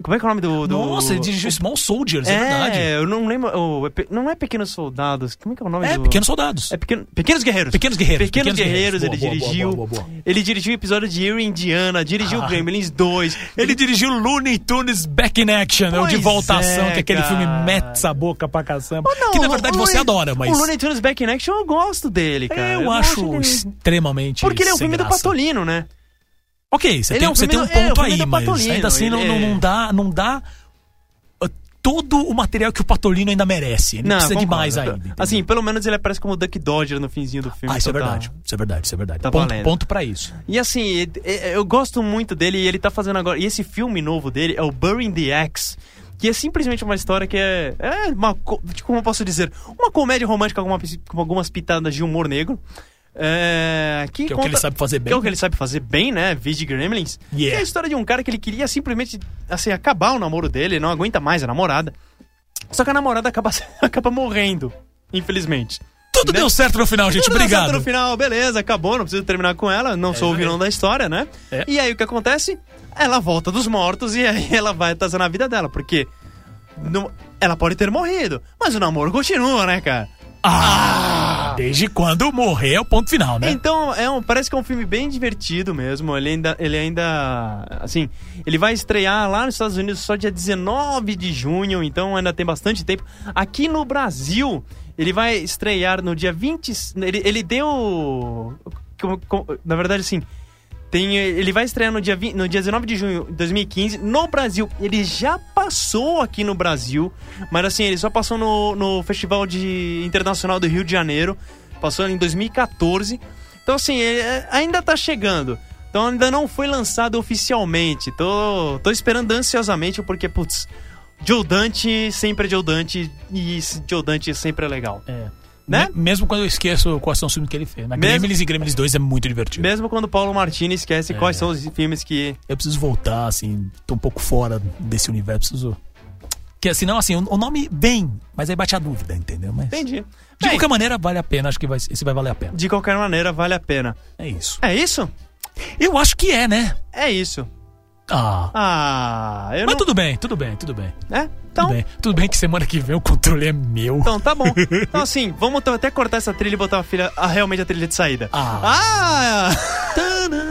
A: Como é que é o nome do. do-
E: Nossa, ele dirigiu Small Soldiers, é,
A: É,
E: verdade.
A: eu não lembro. o- é pe- não é Pequenos Soldados. Como é que é o nome
E: É,
A: do.
E: Pequenos Soldados.
A: É pequeno- Pequenos Guerreiros.
E: Pequenos Guerreiros.
A: Pequenos, Guerreiros, ele
E: Boa, boa,
A: dirigiu.
E: boa, boa, boa.
A: Ele dirigiu o episódio de Eerie Indiana, dirigiu
E: Ah.
A: Gremlins 2.
E: Ele dirigiu Looney Tunes Back in Action, né? o De
A: Pois
E: Voltação,
A: é,
E: que é aquele
A: cara.
E: filme mete a boca pra caçamba.
A: Não,
E: que na
A: o-
E: verdade
A: o
E: você
A: Looney-
E: adora, mas.
A: O Looney Tunes Back in Action eu gosto dele, cara.
E: É, eu, acho
A: ele-
E: extremamente.
A: Porque ele é um
E: sem
A: filme do
E: graça.
A: Patolino, né?
E: Ok, você
A: Ele
E: tem,
A: é um
E: você
A: filme
E: tem um
A: do- é,
E: ponto
A: o filme
E: aí,
A: do
E: mas
A: Patolino, é.
E: ainda assim não,
A: ele
E: não,
A: é-
E: não dá. Não dá uh, todo o material que o Patolino ainda merece. Ele precisa de
A: concordo.
E: mais ainda. entendeu?
A: Assim, pelo menos ele aparece como o Duck Dodger no finzinho do filme.
E: ah, isso é
A: então tá-
E: verdade. Isso é verdade, isso é verdade.
A: Tá
E: ponto,
A: valendo.
E: ponto pra isso.
A: E assim, e- e- eu gosto muito dele e ele tá fazendo agora. E esse filme novo dele é o Burying the Axe. Que é simplesmente uma história que é. É uma. co- Tipo, como eu posso dizer? Uma comédia romântica com, uma pis- com algumas pitadas de humor negro. É, que,
E: Que é o que
A: conta-
E: ele sabe fazer bem.
A: Que é o que ele sabe fazer bem, né? Vide Gremlins.
E: Yeah.
A: Que é a história de um cara que ele queria simplesmente, assim, acabar o namoro dele, não aguenta mais a namorada. Só que a namorada acaba, acaba morrendo, infelizmente.
E: Tudo
A: né?
E: deu certo no final, gente.
A: Tudo deu
E: Obrigado.
A: certo No final, beleza, acabou, não preciso terminar com ela, não sou o vilão da história, né?
E: É.
A: E aí o que acontece? Ela volta dos mortos e aí ela vai atrasando a vida dela, porque não- ela pode ter morrido, mas o namoro continua, né, cara?
E: Ah, desde quando morrer é o ponto final, né?
A: Então, é um, parece que é um filme bem divertido mesmo. Ele ainda, ele ainda. Assim, ele vai estrear lá nos Estados Unidos só dia 19 de junho, então ainda tem bastante tempo. Aqui no Brasil, ele vai estrear no dia 20. Ele, ele deu. como- como- na verdade, assim. Tem, ele vai estrear no dia, 20 no dia 19 de junho de 2015 no Brasil. Ele já passou aqui no Brasil, mas assim, ele só passou no, no Festival de, Internacional do Rio de Janeiro. Passou em 2014. Então, assim, ele, é, ainda tá chegando. Então, ainda não foi lançado oficialmente. Tô, tô esperando ansiosamente, porque, putz, Joe Dante sempre é Joe Dante e esse Joe Dante sempre é legal.
E: É.
A: Né?
E: Me- Mesmo quando eu esqueço quais são os filmes que ele fez. Mas
A: Mesmo-
E: Gremlins e Gremlins 2 é muito divertido.
A: Mesmo quando Paulo Martini esquece quais são os filmes que
E: Eu preciso voltar, assim, tô um pouco fora desse universo, preciso. Que senão, assim, o o nome vem, mas aí bate a dúvida, entendeu? Mas,
A: entendi.
E: De
A: Bem,
E: qualquer maneira, vale a pena, acho que vai, esse vai valer a pena.
A: de qualquer maneira, vale a pena.
E: É isso.
A: É isso?
E: Eu acho que é, né?
A: É isso.
E: Ah.
A: Ah, eu
E: mas
A: não...
E: tudo bem, tudo bem, tudo bem.
A: É? Então,
E: Tudo bem. Tudo bem que semana que vem o controle é meu.
A: então tá bom. Então assim, vamos t- até cortar essa trilha e botar a filha, a- realmente a trilha de saída. Ah!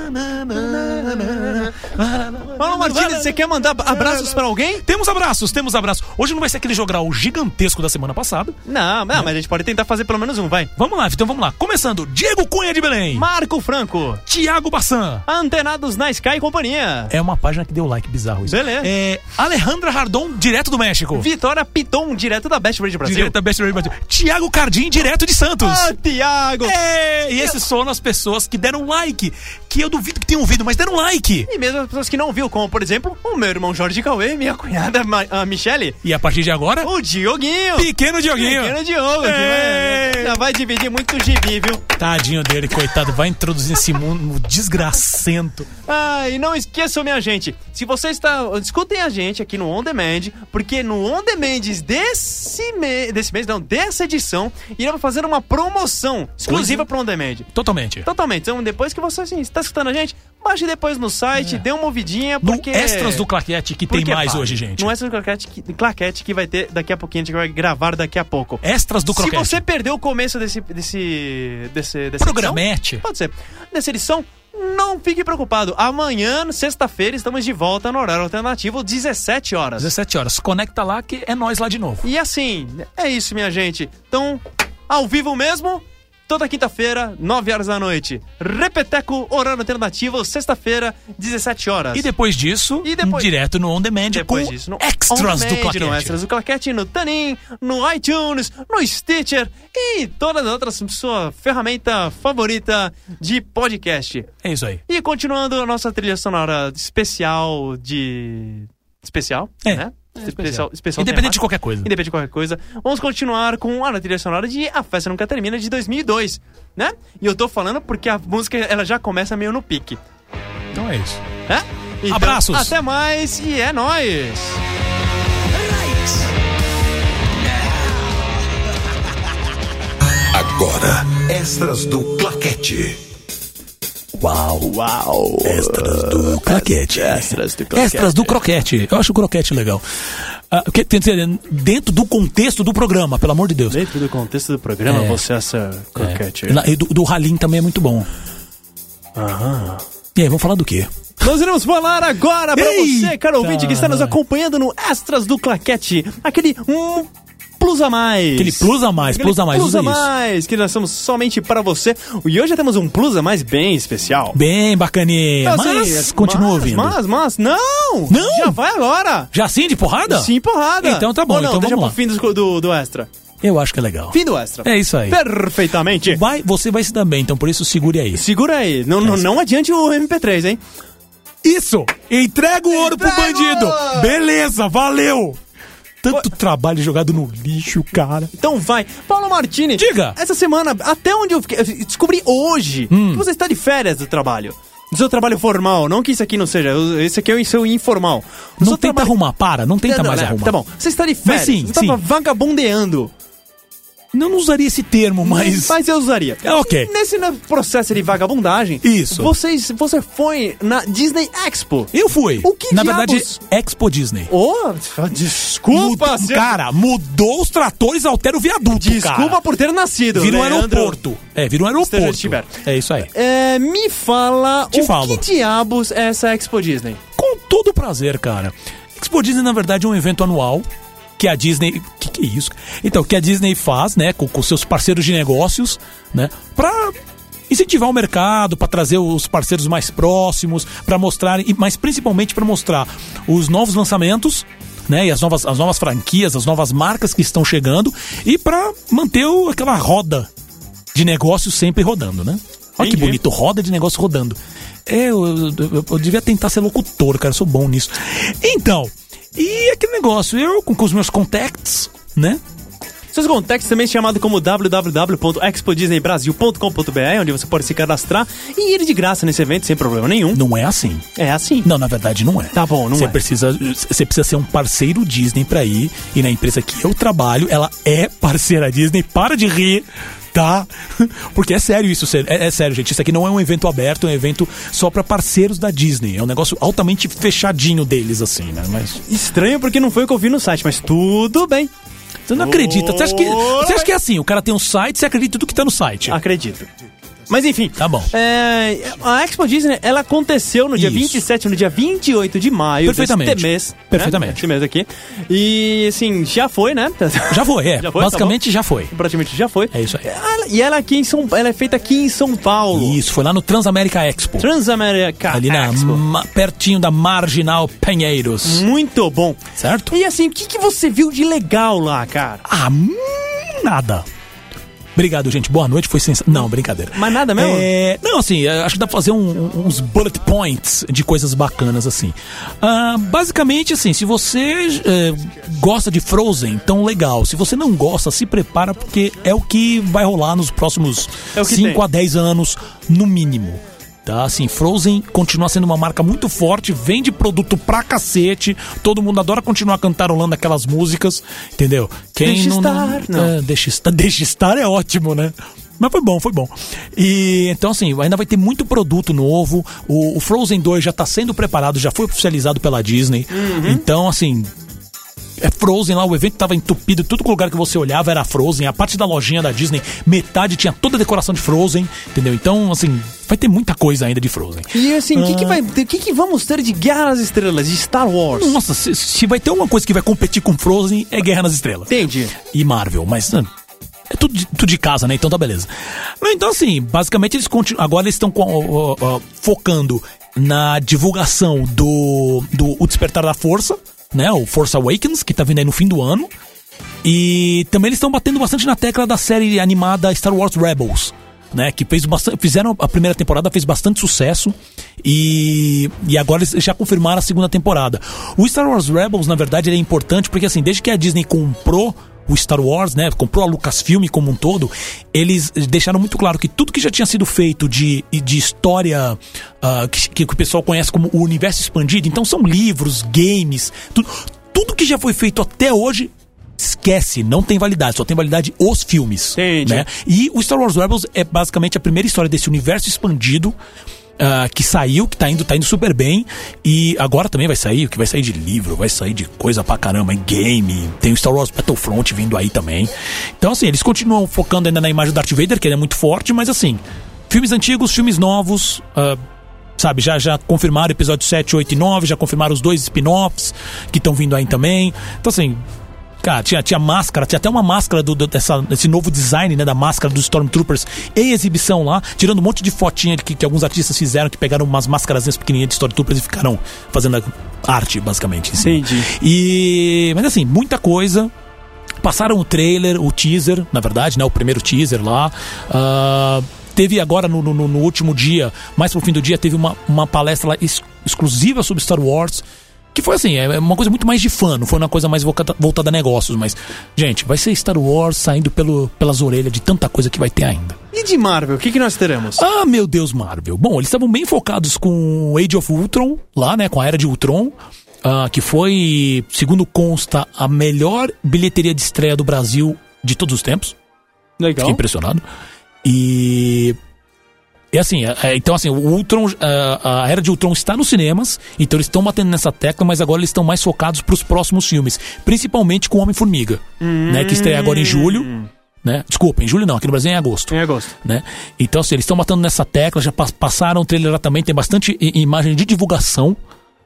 A: Então- Paulo Martins, você quer mandar abraços pra alguém?
E: Temos abraços, temos abraços. Hoje não vai ser aquele jogral gigantesco da semana passada.
A: Não, não, mas a gente pode tentar fazer pelo menos um, vai.
E: Vamos lá, então vamos lá. Começando, Diego Cunha de Belém.
A: Marco Franco,
E: Tiago Bassan.
A: Antenados na Sky e companhia.
E: É uma página que deu like bizarro isso.
A: Beleza.
E: É, Alejandra Hardon, direto do México.
A: Vitória Piton, direto da Best Bridge Brasil.
E: Direto da Best Radio Brasil. Tiago Cardim, direto de Santos.
A: Ah, Tiago!
E: É, e esses foram as pessoas que deram like. Que eu duvido que tenham ouvido, mas deram like.
A: E mesmo as pessoas que não viu, como por exemplo, o meu irmão Jorge Cauê, minha cunhada Ma- a Michele,
E: E a partir de agora,
A: o Dioguinho.
E: pequeno Dioguinho.
A: Pequeno Diogo. que
E: É.
A: vai- Já vai dividir muito gibi, viu?
E: Tadinho dele, coitado, vai introduzir esse mundo desgracento.
A: Ah, e não esqueçam, minha gente, se você está. Escutem a gente aqui no On Demand, porque no On Demand desse mês. Desse mês, não, dessa edição, iremos fazer uma promoção exclusiva para On Demand.
E: Totalmente.
A: Totalmente. Então, depois que você assim, está escutando a gente, baixe depois no site, dê uma ouvidinha,
E: É. No
A: porque.
E: Extras do Claquete, que tem
A: Porque é
E: mais
A: vale.
E: hoje, gente.
A: No Extras do Claquete, que- Claquete que vai ter daqui a pouquinho, a gente vai gravar daqui a pouco.
E: Extras É do
A: Se
E: Croquete.
A: você perdeu o começo desse. desse. desse dessa
E: Programete.
A: edição, pode ser. Dessa edição, não fique preocupado. Amanhã, sexta-feira, estamos de volta no horário alternativo, 17 horas.
E: 17 horas. Conecta lá que é nós lá de novo.
A: E assim, é isso, minha gente. Então, ao vivo mesmo, toda quinta-feira, 9 horas da noite. Repeteco, horário alternativo, sexta-feira, 17 horas.
E: E depois disso,
A: E depois-
E: direto no On Demand
A: Depois
E: com
A: disso, no
E: Tipo, Extras
A: On
E: do
A: Demand,
E: Claquete.
A: No Extras do Claquete, no Tanin, no iTunes, no Stitcher e todas as outras, sua ferramenta favorita de podcast.
E: É isso aí.
A: E continuando a nossa trilha sonora especial de... Especial,
E: É,
A: né?
E: é especial.
A: especial, especial
E: Independente de
A: temática.
E: qualquer coisa.
A: Independente de qualquer coisa, vamos continuar com a trilha sonora de A Festa Nunca Termina de 2002, né? E eu tô falando porque a música ela já começa meio no pique,
E: Então é isso.
A: né? Então,
E: Abraços.
A: Até mais e é nóis!
D: Agora, extras do Claquete.
E: Extras do croquete. Extras do croquete. Eu acho o croquete legal. Ah, porque, tem que ser dentro do contexto do programa, pelo amor de Deus.
A: Dentro do contexto do programa,
E: É.
A: você acessa
E: É. Lá, E do, do Halim também é muito bom. E aí, vamos falar do quê?
A: Nós iremos falar agora pra
E: Eita!
A: você, caro ouvinte, que está nos acompanhando no Extras do Claquete. Aquele hum, plus a mais.
E: Aquele plus a mais,
A: Aquele
E: plus a mais,
A: Plus
E: usa
A: a
E: isso.
A: mais, que nós somos somente para você. E hoje temos um plus a mais bem especial.
E: Bem bacaninha.
A: Mas,
E: é assim, mas continua
A: mas,
E: ouvindo.
A: Mas, mas, não!
E: Não?
A: Já vai agora!
E: Já assim, de porrada?
A: Sim, porrada!
E: Então tá bom,
A: Ou não,
E: então
A: deixa
E: vamos
A: pro
E: lá.
A: fim do, do, do extra.
E: Eu acho que é legal.
A: Fim do extra.
E: É isso aí.
A: Perfeitamente.
E: Vai, você vai se dar bem, então por isso segure aí.
A: Segura aí.
E: É
A: Não, não, não adiante o MP3, hein?
E: Isso! Entrega o ouro pro
A: Entrega o ouro!
E: bandido! Beleza, valeu! Tanto trabalho jogado no lixo, cara.
A: Então vai. Paulo Martini.
E: Diga. Hum.
A: Essa semana, até onde eu fiquei. eu Descobri hoje que você está de férias do trabalho. Do seu trabalho formal. Não que isso aqui não seja. Esse aqui é o seu informal. Do
E: Não
A: seu
E: tenta
A: trabalho-
E: arrumar, para, não tenta
A: Não, não,
E: mais
A: não,
E: arrumar.
A: Tá bom. Você está de férias.
E: sim,
A: você estava
E: sim.
A: vagabundeando.
E: Não usaria esse termo, mas.
A: Mas eu usaria.
E: É, ok.
A: Nesse né, processo de vagabundagem.
E: Isso.
A: Vocês, você foi na Disney Expo.
E: Eu fui.
A: O que
E: Na
A: diabos?
E: verdade, Expo Disney.
A: Oh, desculpa,
E: Mudou-
A: seu-
E: cara, mudou os tratores, altera o viaduto,
A: Desculpa
E: cara.
A: por ter nascido.
E: Vira um
A: Então, Leandro.
E: aeroporto. É, vira um
A: Esteja onde
E: aeroporto.
A: estiver.
E: É isso aí.
A: É, me fala
E: Te
A: o
E: falo.
A: que diabos é essa Expo Disney.
E: Com todo prazer, cara. Expo Disney, na verdade, é um evento anual que a Disney. Que que é isso? Então, que a Disney faz, né, com, com seus parceiros de negócios, né, pra incentivar o mercado, pra trazer os parceiros mais próximos, pra mostrar, e- mas principalmente pra mostrar os novos lançamentos. Né, e as novas, as novas franquias, as novas marcas que estão chegando e pra manter o- aquela roda de negócio sempre rodando, né? Olha que
A: Entendi.
E: bonito, roda de negócio rodando. É, Eu, eu, eu- eu devia tentar ser locutor, cara, eu sou bom nisso. Então, e aquele negócio, eu com, com os meus contacts, né?
A: Seus contextos também é chamado como www.expodisneybrasil.com.br, onde você pode se cadastrar e ir de graça nesse evento sem problema nenhum.
E: Não é assim.
A: É assim.
E: Não, na verdade não é.
A: Tá bom, não
E: você
A: é.
E: Precisa, você precisa ser um parceiro Disney pra ir. E na empresa que eu trabalho, ela é parceira Disney. Para de rir, tá? Porque é sério isso. sério. É, é sério, gente. Isso aqui não é um evento aberto, é um evento só pra parceiros da Disney. É um negócio altamente fechadinho deles, assim, né? Mas
A: Estranho porque não foi o que eu vi no site, mas tudo bem.
E: você não acredita. Você acha que, você acha
A: Oi.
E: que é assim? O cara tem um site, você acredita em tudo que tá no site.
A: Ah. Acredito. Mas enfim.
E: Tá bom.
A: É, a Expo Disney, ela aconteceu no dia
E: Isso.
A: 27, no dia 28 de maio
E: Perfeitamente.
A: deste mês. né?
E: Perfeitamente.
A: Este mês aqui. E assim, já foi, né?
E: Já foi, é.
A: Já foi, tá
E: Basicamente já foi.
A: Praticamente já foi.
E: É isso aí.
A: Ela- e ela aqui em São ela é feita aqui em São Paulo.
E: Isso, foi lá no Transamérica Expo.
A: Transamérica
E: ali na,
A: Expo. Hum.
E: ma- pertinho da Marginal Pinheiros.
A: Muito bom.
E: Certo?
A: E assim, o que, que você viu de legal lá, cara?
E: Ah, hum, nada. Obrigado, gente. Boa noite. Foi sensacional. Não, brincadeira.
A: Mas nada mesmo?
E: É, não, assim, é, acho que dá pra fazer um- uns bullet points de coisas bacanas, assim. Ah, basicamente, assim, se você é, gosta de Frozen, então legal. Se você não gosta, se prepara, porque é o que vai rolar nos próximos
A: É o que
E: 5
A: tem.
E: a 10 anos, no mínimo. Tá, assim, Frozen continua sendo uma marca muito forte, vende produto pra cacete, todo mundo adora continuar cantarolando aquelas músicas, entendeu? Quem
A: Deixa estar, não.
E: é, deixa estar, deixa estar é ótimo, né? Mas foi bom, foi bom. E então assim, ainda vai ter muito produto novo. O, o Frozen 2 já tá sendo preparado, já foi oficializado pela Disney.
A: Uhum.
E: Então assim, é Frozen lá, o evento tava entupido, todo lugar que você olhava era Frozen, a parte da lojinha da Disney, metade tinha toda a decoração de Frozen, entendeu? Então, assim, vai ter muita coisa ainda de Frozen.
A: E assim, o que, que
E: Ah.
A: vai ter- o que, que vamos ter de Guerra nas Estrelas, de Star Wars?
E: Nossa, se, se vai ter uma coisa que vai competir com Frozen, é Guerra nas Estrelas.
A: Entendi.
E: e Marvel, mas ah, é tudo de, tudo de casa, né? Então tá beleza. Não, Então, assim, basicamente eles continuam. Agora eles estão com- ó, ó, ó, focando na divulgação do, do O Despertar da Força, né? O Force Awakens, que tá vindo aí no fim do ano. E também eles estão batendo bastante na tecla da série animada Star Wars Rebels. Né, que fez bastante, fizeram a primeira temporada, fez bastante sucesso e, e agora eles já confirmaram a segunda temporada. O Star Wars Rebels, na verdade, ele é importante porque assim, desde que a Disney comprou o Star Wars, né, comprou a Lucasfilm como um todo, eles deixaram muito claro que tudo que já tinha sido feito de, de história ah, que, que o pessoal conhece como o universo expandido, então são livros, games, tudo, tudo que já foi feito até hoje Esquece, não tem validade, só tem validade os filmes.
A: Entendi.
E: Né? E o Star Wars Rebels é basicamente a primeira história desse universo expandido. ah, que saiu, que tá indo, tá indo super bem. E agora também vai sair, que vai sair de livro, vai sair de coisa pra caramba, em game. Tem o Star Wars Battlefront vindo aí também. Então, assim, eles continuam focando ainda na imagem do Darth Vader, que ele é muito forte, mas assim, filmes antigos, filmes novos. ah, Sabe, já, já confirmaram episódio 7, 8 e 9, já confirmaram os dois spin-offs que estão vindo aí também. Então, assim, Cara, tinha, tinha máscara, tinha até uma máscara do, do- dessa, desse novo design, né? Da máscara dos Stormtroopers em exibição lá, tirando um monte de fotinha que, que alguns artistas fizeram, que pegaram umas máscaras pequenininhas de Stormtroopers e ficaram fazendo arte, basicamente. em cima.
A: Entendi.
E: E. Mas assim, muita coisa. Passaram o trailer, o teaser, na verdade, né? O primeiro teaser lá. Ah, teve agora no, no- no último dia, mais pro fim do dia, teve uma, uma palestra lá ex- exclusiva sobre Star Wars. Que foi assim, é é uma coisa muito mais de fã, não foi uma coisa mais voltada, voltada a negócios, mas. Gente, vai ser Star Wars saindo pelo, pelas orelhas de tanta coisa que vai ter ainda.
A: E de Marvel, o que, que nós teremos?
E: Ah, meu Deus, Marvel. Bom, eles estavam bem focados com Age of Ultron, lá, né? Com a Era de Ultron. ah, que foi, segundo consta, a melhor bilheteria de estreia do Brasil de todos os tempos.
A: Legal.
E: Fiquei impressionado. E. E assim, é- é, então assim, o Ultron, ah, a era de Ultron está nos cinemas, então eles estão batendo nessa tecla, mas agora eles estão mais focados para os próximos filmes, principalmente com Homem-Formiga, né, que estreia agora em julho, né? Desculpa, em julho não, aqui no Brasil é em agosto
A: Em agosto.
E: né? Então, assim, eles estão matando nessa tecla, já pas- passaram o trailer lá também, tem bastante i- imagem de divulgação,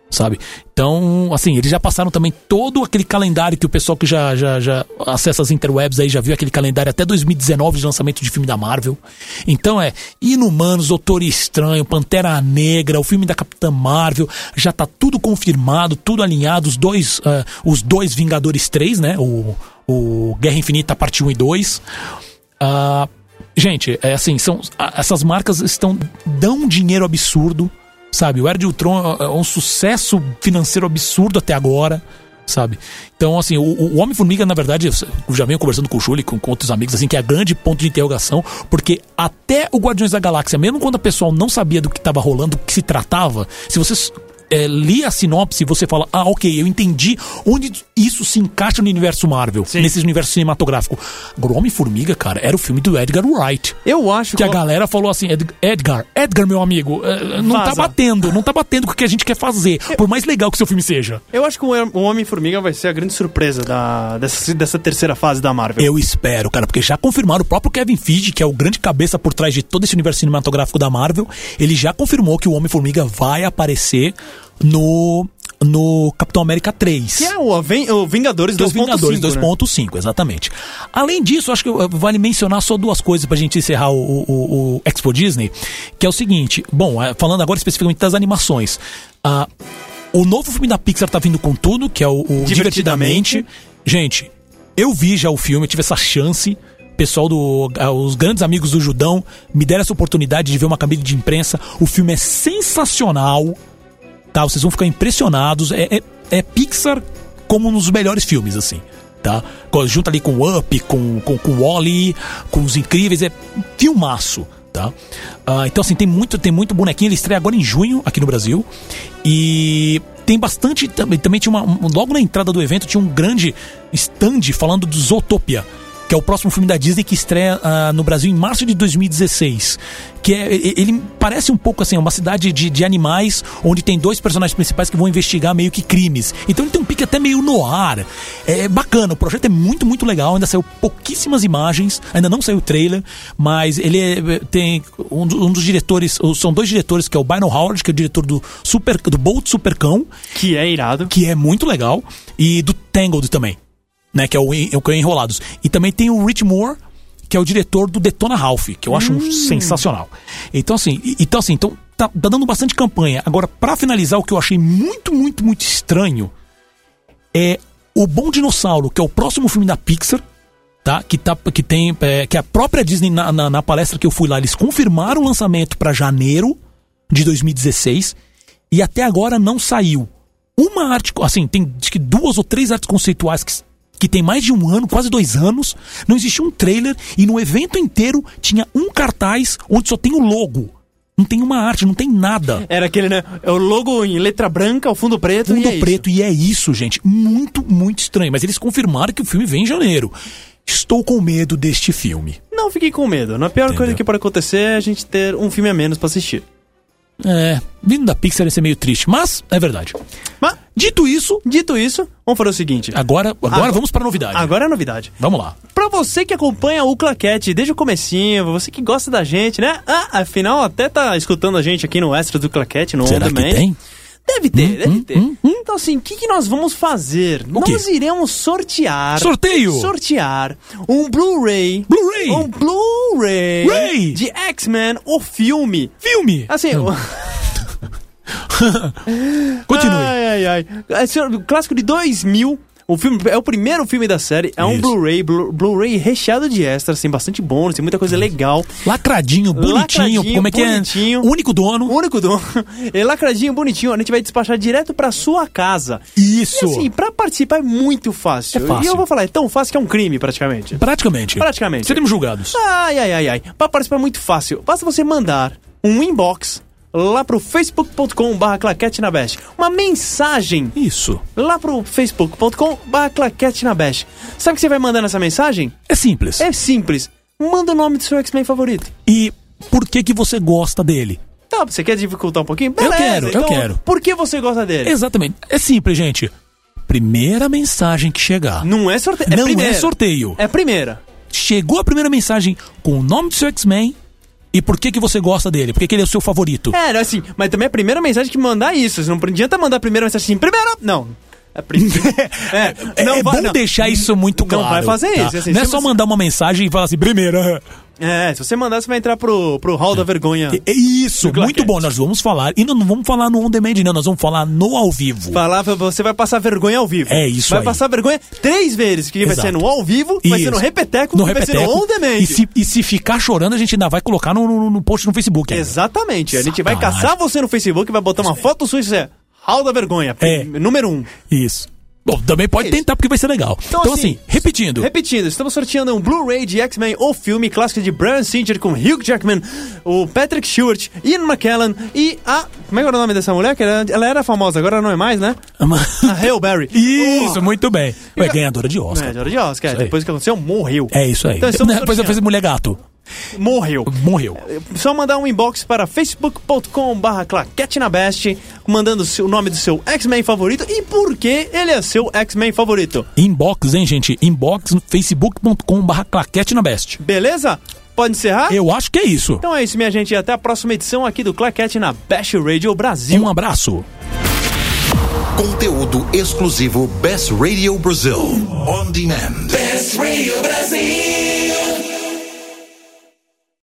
E: sabe? Então, assim, eles já passaram também todo aquele calendário que o pessoal que já, já, já acessa as interwebs aí já viu aquele calendário até 2019 de lançamento de filme da Marvel. Então é Inumanos, Doutor Estranho, Pantera Negra, o filme da Capitã Marvel, já tá tudo confirmado, tudo alinhado, os dois, ah, os dois Vingadores 3, né? O, o Guerra Infinita parte 1 e 2. Ah, gente, é assim, são, a- essas marcas estão dão um dinheiro absurdo, sabe? O Era de Ultron é é um sucesso financeiro absurdo até agora, sabe? Então, assim, o, o Homem-Formiga, na verdade, eu já venho conversando com o Júlio e com, com outros amigos, assim, que é a grande ponto de interrogação, porque até o Guardiões da Galáxia, mesmo quando o pessoal não sabia do que estava rolando, do que se tratava, se vocês é, li a sinopse e você fala, ah, ok, eu entendi onde isso se encaixa no universo Marvel, nesse universo cinematográfico. Agora, o Homem-Formiga, cara, era o filme do Edgar Wright.
A: Eu acho
E: Que a
A: eu-
E: galera falou assim, "Ed- Edgar, Edgar, meu amigo, eh, não tá
A: Vaza.
E: batendo, não tá batendo com o que a gente quer fazer, por mais legal que seu filme seja.
A: Eu acho que o Hom- o Homem-Formiga vai ser a grande surpresa da, dessa, dessa terceira fase da Marvel.
E: Eu espero, cara, porque já confirmaram o próprio Kevin Feige, que é o grande cabeça por trás de todo esse universo cinematográfico da Marvel, ele já confirmou que o Homem-Formiga vai aparecer no no Capitão América 3.
A: Que é o, Aven o Vingadores
E: Dos Vingadores
A: 2.5, né?
E: 2.5, exatamente. Além disso, acho que eh, vale mencionar só duas coisas pra gente encerrar o, o- o- o Expo Disney, que é o seguinte, bom, eh, falando agora especificamente das animações, ah, o novo filme da Pixar tá vindo com tudo, que é o, o Divertidamente.
A: Divertidamente.
E: Gente, eu vi já o filme, eu tive essa chance. Pessoal do. ah, Os grandes amigos do Judão me deram essa oportunidade de ver uma cabine de imprensa. O filme é sensacional tá? Vocês vão ficar impressionados. É, é, é Pixar como um dos melhores filmes, assim, tá? Co- Junta ali com Up, com, com, com Wally, com Os Incríveis, é filmaço, tá? Ah, então, assim, tem muito, tem muito bonequinho. Ele estreia agora em junho aqui no Brasil. E tem bastante. Também, também tinha uma. um- Logo na entrada do evento tinha um grande stand falando do Zootopia que é o próximo filme da Disney que estreia ah, no Brasil em março de 2016. Que é, e- ele parece um pouco assim, uma cidade de, de animais, onde tem dois personagens principais que vão investigar meio que crimes. Então ele tem um pique até meio no ar. É bacana, o projeto é muito, muito legal. Ainda saiu pouquíssimas imagens, ainda não saiu o trailer, mas ele é- tem um, do- um dos diretores, ou são dois diretores, que é o Byron Howard, que é o diretor do, super, do Bolt Supercão,
A: Que é irado.
E: que é muito legal, e do Tangled também, né, que é o, en- o que é Enrolados. E também tem o Rich Moore, que é o diretor do Detona Ralph, que eu acho um sensacional. Então assim, e- então assim, então tá, tá dando bastante campanha. Agora pra finalizar o que eu achei muito, muito, muito estranho é o Bom Dinossauro, que é o próximo filme da Pixar, tá? Que, tá, que tem. é, que a própria Disney, na, na, na palestra que eu fui lá, eles confirmaram o lançamento para janeiro de 2016 e até agora não saiu. Uma arte, assim, tem acho que duas ou três artes conceituais que, s- que tem mais de um ano, quase dois anos, não existiu um trailer e no evento inteiro tinha um cartaz onde só tem o logo. Não tem uma arte, não tem nada
A: Era aquele, né? É o logo em letra branca, o fundo preto
E: fundo
A: e é
E: preto e é isso, gente. Muito, muito estranho. Mas eles confirmaram que o filme vem em janeiro. Estou com medo deste filme.
A: Isso. Não fiquei com medo. Não é a pior coisa
E: Entendeu?
A: que pode acontecer é a gente ter um filme a menos pra assistir.
E: É, vindo da Pixar ia ser meio triste, mas é verdade.
A: Mas,
E: Dito isso,
A: dito isso, vamos fazer o seguinte.
E: agora, agora,
A: Agora-
E: vamos para novidade.
A: Agora é a novidade.
E: Vamos lá.
A: Pra você que acompanha o Claquete desde o comecinho, você que gosta da gente, né? Ah, afinal, até tá escutando a gente aqui no Extra do Claquete, no
E: Será
A: On
E: que
A: Demand.
E: tem?
A: Deve ter,
E: Hum,
A: deve ter. Então, assim, o que, que nós vamos fazer?
E: quê?
A: nós iremos sortear.
E: Sorteio!
A: Sortear um Blu-ray.
E: Blu-ray!
A: Um Blu-ray!
E: Ray!
A: De X-Men, o filme.
E: Filme!
A: Assim, o-
E: Continue.
A: Ai, ai, ai. Esse é o clássico de 2000. O filme, é o primeiro filme da série. É um
E: Isso.
A: Blu-ray, Blu- Blu-ray recheado de extras, tem bastante bônus, tem muita coisa legal.
E: Lacradinho, bonitinho,
A: Lacradinho,
E: como é que
A: bonitinho.
E: é? Único dono.
A: O único dono. É lacradinho, bonitinho. A gente vai despachar direto pra sua casa. E
E: Isso.
A: assim, pra participar é muito fácil.
E: É fácil.
A: E eu vou falar, é tão fácil que é um crime, praticamente.
E: Praticamente.
A: Praticamente. Ah.
E: Seremos julgados.
A: Ai, ai, ai, ai. Pra participar é muito fácil. Basta você mandar um inbox lá pro facebook.com barra claquete na Best. Uma mensagem
E: Isso.
A: lá pro facebook.com barra claquete na Best. Sabe o que você vai mandar nessa mensagem?
E: É simples.
A: É simples. Manda o nome do seu X-Men favorito.
E: E por que que você gosta dele?
A: Tá, você quer dificultar um pouquinho? Beleza,
E: quero, eu
A: então,
E: quero.
A: Por que você gosta dele?
E: Exatamente. É simples, gente. Primeira mensagem que chegar.
A: Não é sorteio. É
E: Não é
A: primeira.
E: sorteio.
A: É primeira.
E: Chegou a primeira mensagem com o nome do seu X-Men e por que que você gosta dele? Por que que ele é o seu favorito?
A: É, assim, mas também é a primeira mensagem que mandar isso. Você não adianta mandar a primeira mensagem assim, primeira. Não. É, a primeira.
E: É,
A: vai-
E: é bom deixar isso muito
A: não
E: claro.
A: vai fazer isso, assim,
E: não é
A: se
E: só
A: você-
E: mandar uma mensagem e falar assim, primeira.
A: É, se você mandar, você vai entrar pro, pro hall da vergonha.
E: É isso,
A: Claquete.
E: muito bom. Nós vamos falar. E não, não vamos falar no on demand, não. Nós vamos falar no ao vivo.
A: Falar, você vai passar vergonha ao vivo.
E: É isso
A: Vai
E: aí.
A: passar vergonha três vezes, que vai
E: Exato.
A: ser no ao vivo, vai ser
E: Isso.
A: no repeteco,
E: No
A: vai ser no
E: repeteco.
A: on demand.
E: E se, e se ficar chorando, a gente ainda vai colocar no, no- no post no Facebook. ainda.
A: Exatamente. A gente vai
E: Sacanagem.
A: caçar você no Facebook, vai botar uma foto sua e dizer, hall da vergonha,
E: É.
A: número um.
E: Isso. Bom, também pode
A: Isso.
E: tentar, porque vai ser legal. Então, assim, repetindo.
A: Repetindo, estamos sorteando um Blu-ray de X-Men, o filme clássico de Brian Singer com Hugh Jackman, o Patrick Stewart, Ian McKellen e a. Como é que era o nome dessa mulher? Que era- ela era famosa, agora não é mais, né? A Hail Berry.
E: Isso, muito bem. Ué,
A: Fica-
E: ganhadora de Oscar.
A: É, de hora de Oscar.
E: Isso aí.
A: Depois que aconteceu, morreu.
E: É isso aí.
A: Então, estamos
E: depois um- ela fez
A: sorteando.
E: Mulher Gato.
A: Morreu.
E: Morreu.
A: Só mandar um inbox para facebook.com/barra claquete na best, mandando o seu- o nome do seu X-Men favorito e por que ele é seu X-Men favorito.
E: Inbox, hein, gente? Inbox no facebook.com.br claquete na best.
A: Beleza? Pode encerrar?
E: Eu acho que é isso.
A: Então é isso, minha gente. E até a próxima edição aqui do Claquete na Best Radio Brasil.
E: Um abraço.
D: Conteúdo exclusivo Best Radio Brazil. On demand.
B: Best Radio Brasil.